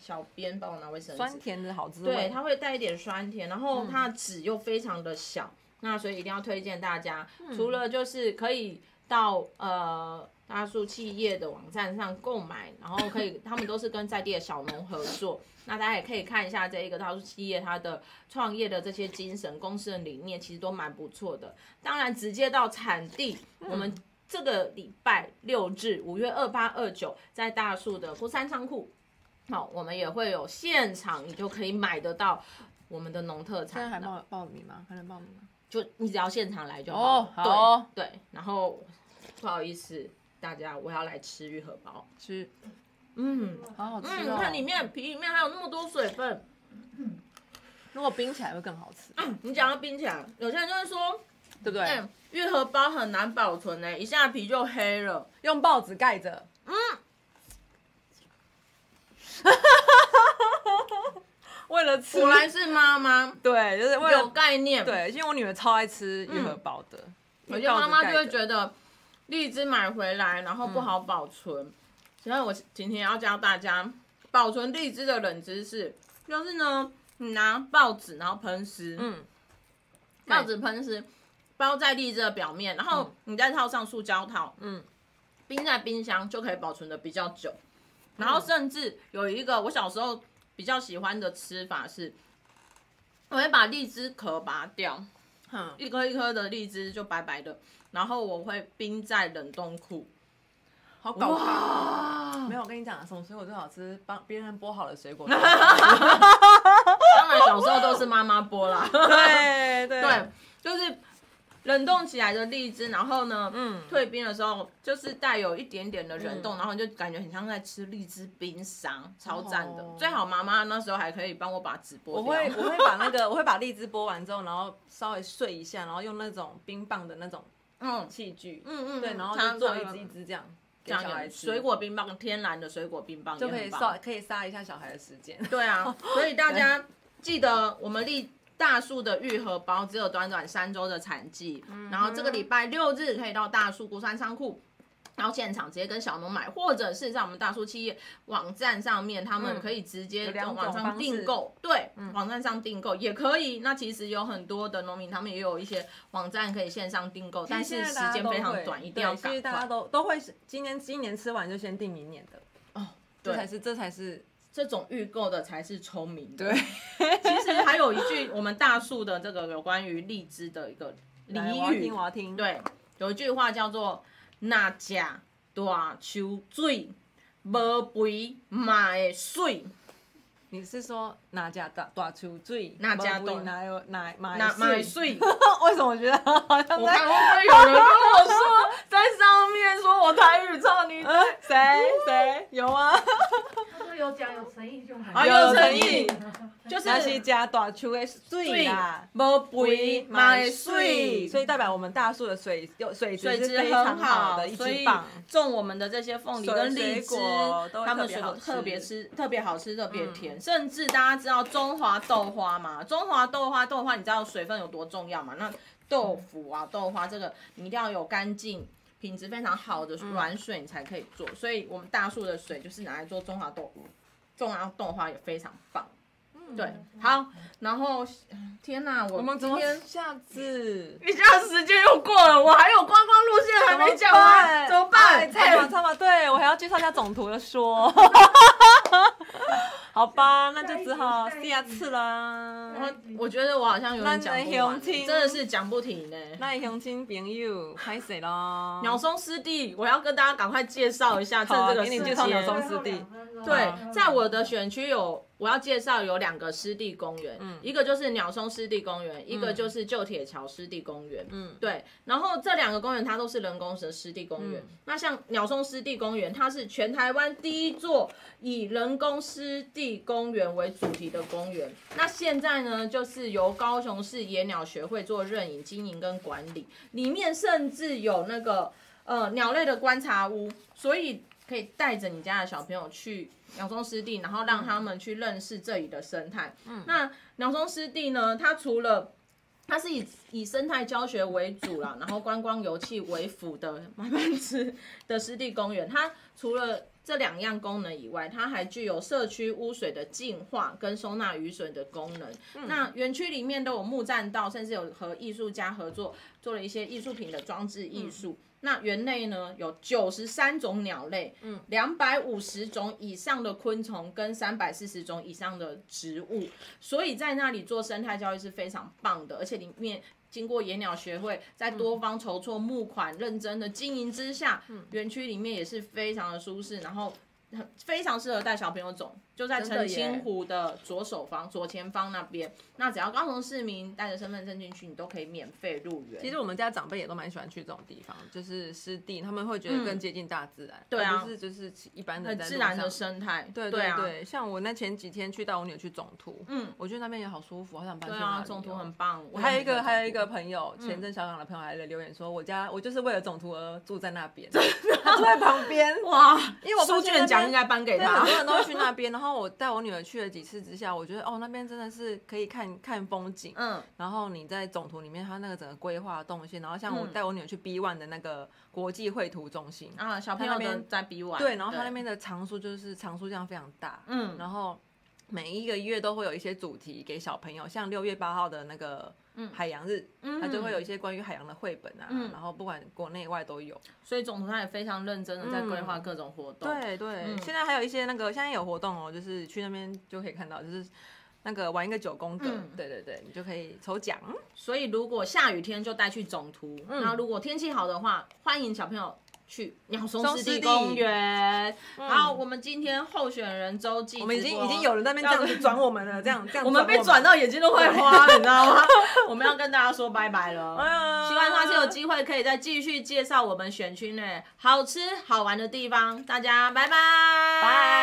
S1: 小编帮我拿卫生纸
S2: 酸。甜的好滋味。嗯
S1: 对，它会带一点酸甜，然后它的籽又非常的小，那所以一定要推荐大家，
S2: 嗯
S1: 除了就是可以到呃大树企业的网站上购买，然后可以他们都是跟在地的小农合 作，那大家也可以看一下这一个大树企业它的创业的这些精神、公司的理念，其实都蛮不错的。当然，直接到产地，
S2: 嗯
S1: 我们。这个礼拜六日，五月二八、二九，在大树的孤山仓库好，我们也会有现场，你就可以买得到我们的农特
S5: 现在还
S1: 产了。
S5: 报报名吗？还能报名吗？
S1: 就你只要现场来就好
S5: 哦
S1: 了。
S5: 好哦
S1: 对对，然后不好意思大家，我要来吃玉荷包。
S5: 吃，
S1: 嗯
S5: 好好吃
S1: 嗯，
S5: 哦！
S1: 看里面皮里面还有那么多水分。
S5: 如果冰起来会更好吃，
S1: 嗯你讲到冰起来，有些人就会说，
S5: 对不对？
S2: 嗯
S1: 哎、玉荷包很难保存呢、欸一下皮就黑了。
S2: 用报纸盖着。嗯。 为了吃，
S1: 果然是妈妈
S2: 对，就是为
S1: 有
S2: 了
S1: 概念。
S2: 对，因为我女儿超爱吃玉荷包的，
S1: 有些妈妈就会
S2: 得嗯
S1: 觉得荔枝买回来然后不好保存，所以我今天要教大家保存荔枝的冷知识，就是呢，你拿报纸然后喷湿，
S2: 嗯，
S1: 帽子喷湿，包在荔枝的表面，然后你再套上塑胶套，
S2: 嗯，
S1: 冰在冰箱就可以保存的比较久。然
S2: 嗯
S1: 后甚至有一个我小时候比较喜欢的吃法是，我会把荔枝壳拔掉，
S2: 哼，
S1: 一颗一颗的荔枝就白白的，然后我会冰在冷冻库。
S2: 好搞笑。
S5: 没有，我跟你讲，什么水果最好吃？帮别人剥好的 水果。
S1: 当然小时候都是妈妈剥啦，
S2: 对对
S1: 对，，就是冷冻起来的荔枝，然后呢，
S2: 嗯，
S1: 退冰的时候就是带有一点点的冷冻，然后你就感觉很像在吃荔枝冰沙，超赞的。
S5: 哦
S1: 最好妈妈那时候还可以帮我把纸剥
S2: 我会
S1: 掉。
S2: 我会把那个我会把荔枝剥完之后，然后稍微碎一下，然后用那种冰棒的那种
S1: 嗯
S2: 器具，
S1: 嗯嗯，
S2: 对，然后
S1: 它
S2: 就做一
S1: 它
S2: 只一只这样
S1: 这
S2: 给
S1: 样
S2: 小孩
S1: 有
S2: 吃，
S1: 水果冰棒，天然的水果冰棒也
S2: 就
S1: 很
S2: 可以
S1: 棒
S2: 杀可以杀一下小孩的时间。
S1: 对啊，所以大
S2: 哎
S1: 家记得我们立大树的愈合包只有短短三周的产季，
S2: 嗯
S1: 然后这个礼拜六日可以到大树孤山仓库。然后现场直接跟小农买，或者是在我们大树企业网站上面，他们
S2: 嗯
S1: 可以直接
S2: 有
S1: 在
S2: 两种
S1: 网上
S2: 方式嗯
S1: 订购，对，网站上订购也可以。那其实有很多的农民，他们也有一些网站可以线上订购， 但是
S2: 现在
S1: 时
S2: 大家
S1: 间
S2: 都
S1: 非常
S2: 会
S1: 短，一定
S2: 对
S1: 要
S2: 其实
S1: 赶
S2: 大家
S1: 快。
S2: 都都会是今年今年吃完就先订明年的，这才
S1: 对，
S2: 是这才是
S1: 这种预购的才是聪明的。
S2: 对。
S1: 其实还有一句我们大树的这个有关于荔枝的一个
S2: 来
S1: 俚
S2: 我要听
S1: 语
S2: 我，要听，
S1: 对，有一句话叫做“那假大秋水，无肥嘛会水
S2: 你是说哪家大大出最
S1: 哪家
S2: 不会
S1: 大
S2: 哪有哪哪
S1: 哪嘛会
S2: 买？
S1: 水”。
S2: 为什么我觉得好像
S1: 我
S2: 在
S1: 看 会不会有人跟我说在上面说我台语超你
S2: 呃谁谁有吗？
S4: 他说有奖有诚意就好。
S1: 啊
S2: 有诚
S1: 意就是
S2: 那是加大出的 水
S1: 水
S2: 啦。
S1: 无肥嘛会
S2: 水，
S1: 水，
S2: 所以代表我们大树的水有水质
S1: 水
S2: 是
S1: 质
S2: 非
S1: 很
S2: 常
S1: 好
S2: 的一
S1: 所
S2: 支
S1: 以
S2: 棒。
S1: 种我们的这些凤梨
S2: 水
S1: 跟
S2: 水
S1: 荔枝
S2: 果都，会
S1: 他们
S2: 特别
S1: 水果
S2: 好吃嗯
S1: 特别吃，特别好吃，特别甜。甚至大家知道中华豆花嘛？中华豆花，豆花你知道水分有多重要嘛？那豆腐啊，豆花这个你一定要有干净。品质非常好的
S2: 嗯
S1: 软水，你才可以做。所以我们大树的水就是拿来做中华豆腐，中华豆花也非常棒。对，好，然后天哪，我
S2: 嗯我们
S1: 今
S2: 昨
S1: 天
S2: 天下次
S1: 一下时间又过了，我还有观光路线还没讲完，怎么 办？
S2: 差吧差吧，对我还要介绍一下总图的说。 好吧，那就只好
S4: 下一集
S2: 下次啦。
S1: 我我觉得我好像有点讲不
S2: 那能
S1: 完，
S2: 雄听
S1: 真的是讲不停欸呢、
S2: 那乡亲朋友，拍谁咯？
S1: 鸟松师弟，我要跟大家赶快介绍一下，趁
S2: 好
S1: 这
S2: 啊
S1: 个
S2: 给
S1: 时
S2: 你
S1: 间。
S2: 介绍鸟松
S4: 最后两分钟
S1: 对
S4: 嗯，
S1: 在我的选区有，我要介绍有两个湿地公园，一个就是鸟松湿地公园，一个就是旧铁桥湿地公园。
S2: 嗯
S1: 嗯，对。然后这两个公园它都是人工的湿地公园。
S2: 嗯
S1: 那像鸟松湿地公园，它是全台湾第一座以人工湿地公园为主题的公园。那现在呢，就是由高雄市野鸟学会做认养、经营跟管理，里面甚至有那个呃鸟类的观察屋，所以可以带着你家的小朋友去鸟松湿地，然后让他们去认识这里的生态。嗯，那鸟松湿地呢，它除了它是以以生态教学为主啦，然后观光游憩为辅的慢慢吃的湿地公园，它除了这两样功能以外，它还具有社区污水的净化跟收纳雨水的功能。
S2: 嗯
S1: 那园区里面都有木栈道，甚至有和艺术家合作做了一些艺术品的装置艺术。
S2: 嗯
S1: 那园内呢有九十三种鸟类，嗯，两百五十种以上的昆虫跟三百四十种以上的植物，所以在那里做生态教育是非常棒的，而且里面。经过野鸟学会在多方筹措募款、认真的经营之下，
S2: 嗯
S1: 园区里面也是非常的舒适，然后很非常适合带小朋友走，就在
S2: 的
S1: 澄
S2: 耶
S1: 清湖的左手方、左前方那边。那只要高雄市民带着身份证进去，你都可以免费入园。
S2: 其实我们家长辈也都蛮喜欢去这种地方，就是湿地，他们会觉得更接近大自然，
S1: 对啊
S2: 而不是就是一般的
S1: 很
S2: 在
S1: 自
S2: 路
S1: 然的
S2: 上
S1: 生态，
S2: 对
S1: 对
S2: 对
S1: 啊，
S2: 对，像我那前几天去到我女儿去总图，
S1: 嗯，
S2: 我觉得那边也好舒服，好想搬去
S1: 对
S2: 那
S1: 啊，
S2: 里
S1: 中途
S2: 哦
S1: 很棒。我
S2: 还有
S1: 也
S2: 一
S1: 很
S2: 个
S1: 喜欢
S2: 还有一
S1: 中
S2: 个
S1: 途
S2: 朋友，前阵小港的朋友还来留言说，我家我就是为了总图而住在那边， 他住在旁边，
S1: 哇，
S2: 因为我
S1: 书
S2: 发现那
S1: 卷奖
S2: 边
S1: 应该颁给
S2: 对，很
S1: 他
S2: 多。人都会去那边。然后我带我女儿去了几次之下，我觉得哦，那边真的是可以看看风景。
S1: 嗯，
S2: 然后你在总图里面，它那个整个规划动线，然后像我
S1: 嗯
S2: 带我女儿去 B One 的那个国际绘图中心，
S1: 啊，小朋
S2: 他
S1: 友
S2: 那边
S1: 的在比玩，
S2: 对，然后它那边的藏书就是藏书量非常大，
S1: 嗯
S2: 然后每一个月都会有一些主题给小朋友，像六月八号的那个海洋日，它就会有一些关于海洋的绘本啊，
S1: 嗯
S2: 然后不管国内外都有。
S1: 所以总统他也非常认真的在规划各种活动。
S2: 嗯对对，嗯现在还有一些那个现在有活动哦，就是去那边就可以看到，就是那个玩一个九宫格，
S1: 嗯
S2: 对对对，你就可以抽奖。
S1: 所以如果下雨天就带去总图，然后如果天气好的话，欢迎小朋友去鸟松湿地嗯公园。好，我们今天候选人周记直播，
S2: 我们已经已经有人在那边这样子转我们了，这样这样
S1: 我们被转
S2: 到，
S1: 到眼睛都快花 了，你知道吗？ 哎我们要跟大家说拜拜了。希
S2: 希
S1: 望下次有机会可以再继续介绍我们选区内好吃好玩的地方，大家拜拜，
S2: 拜。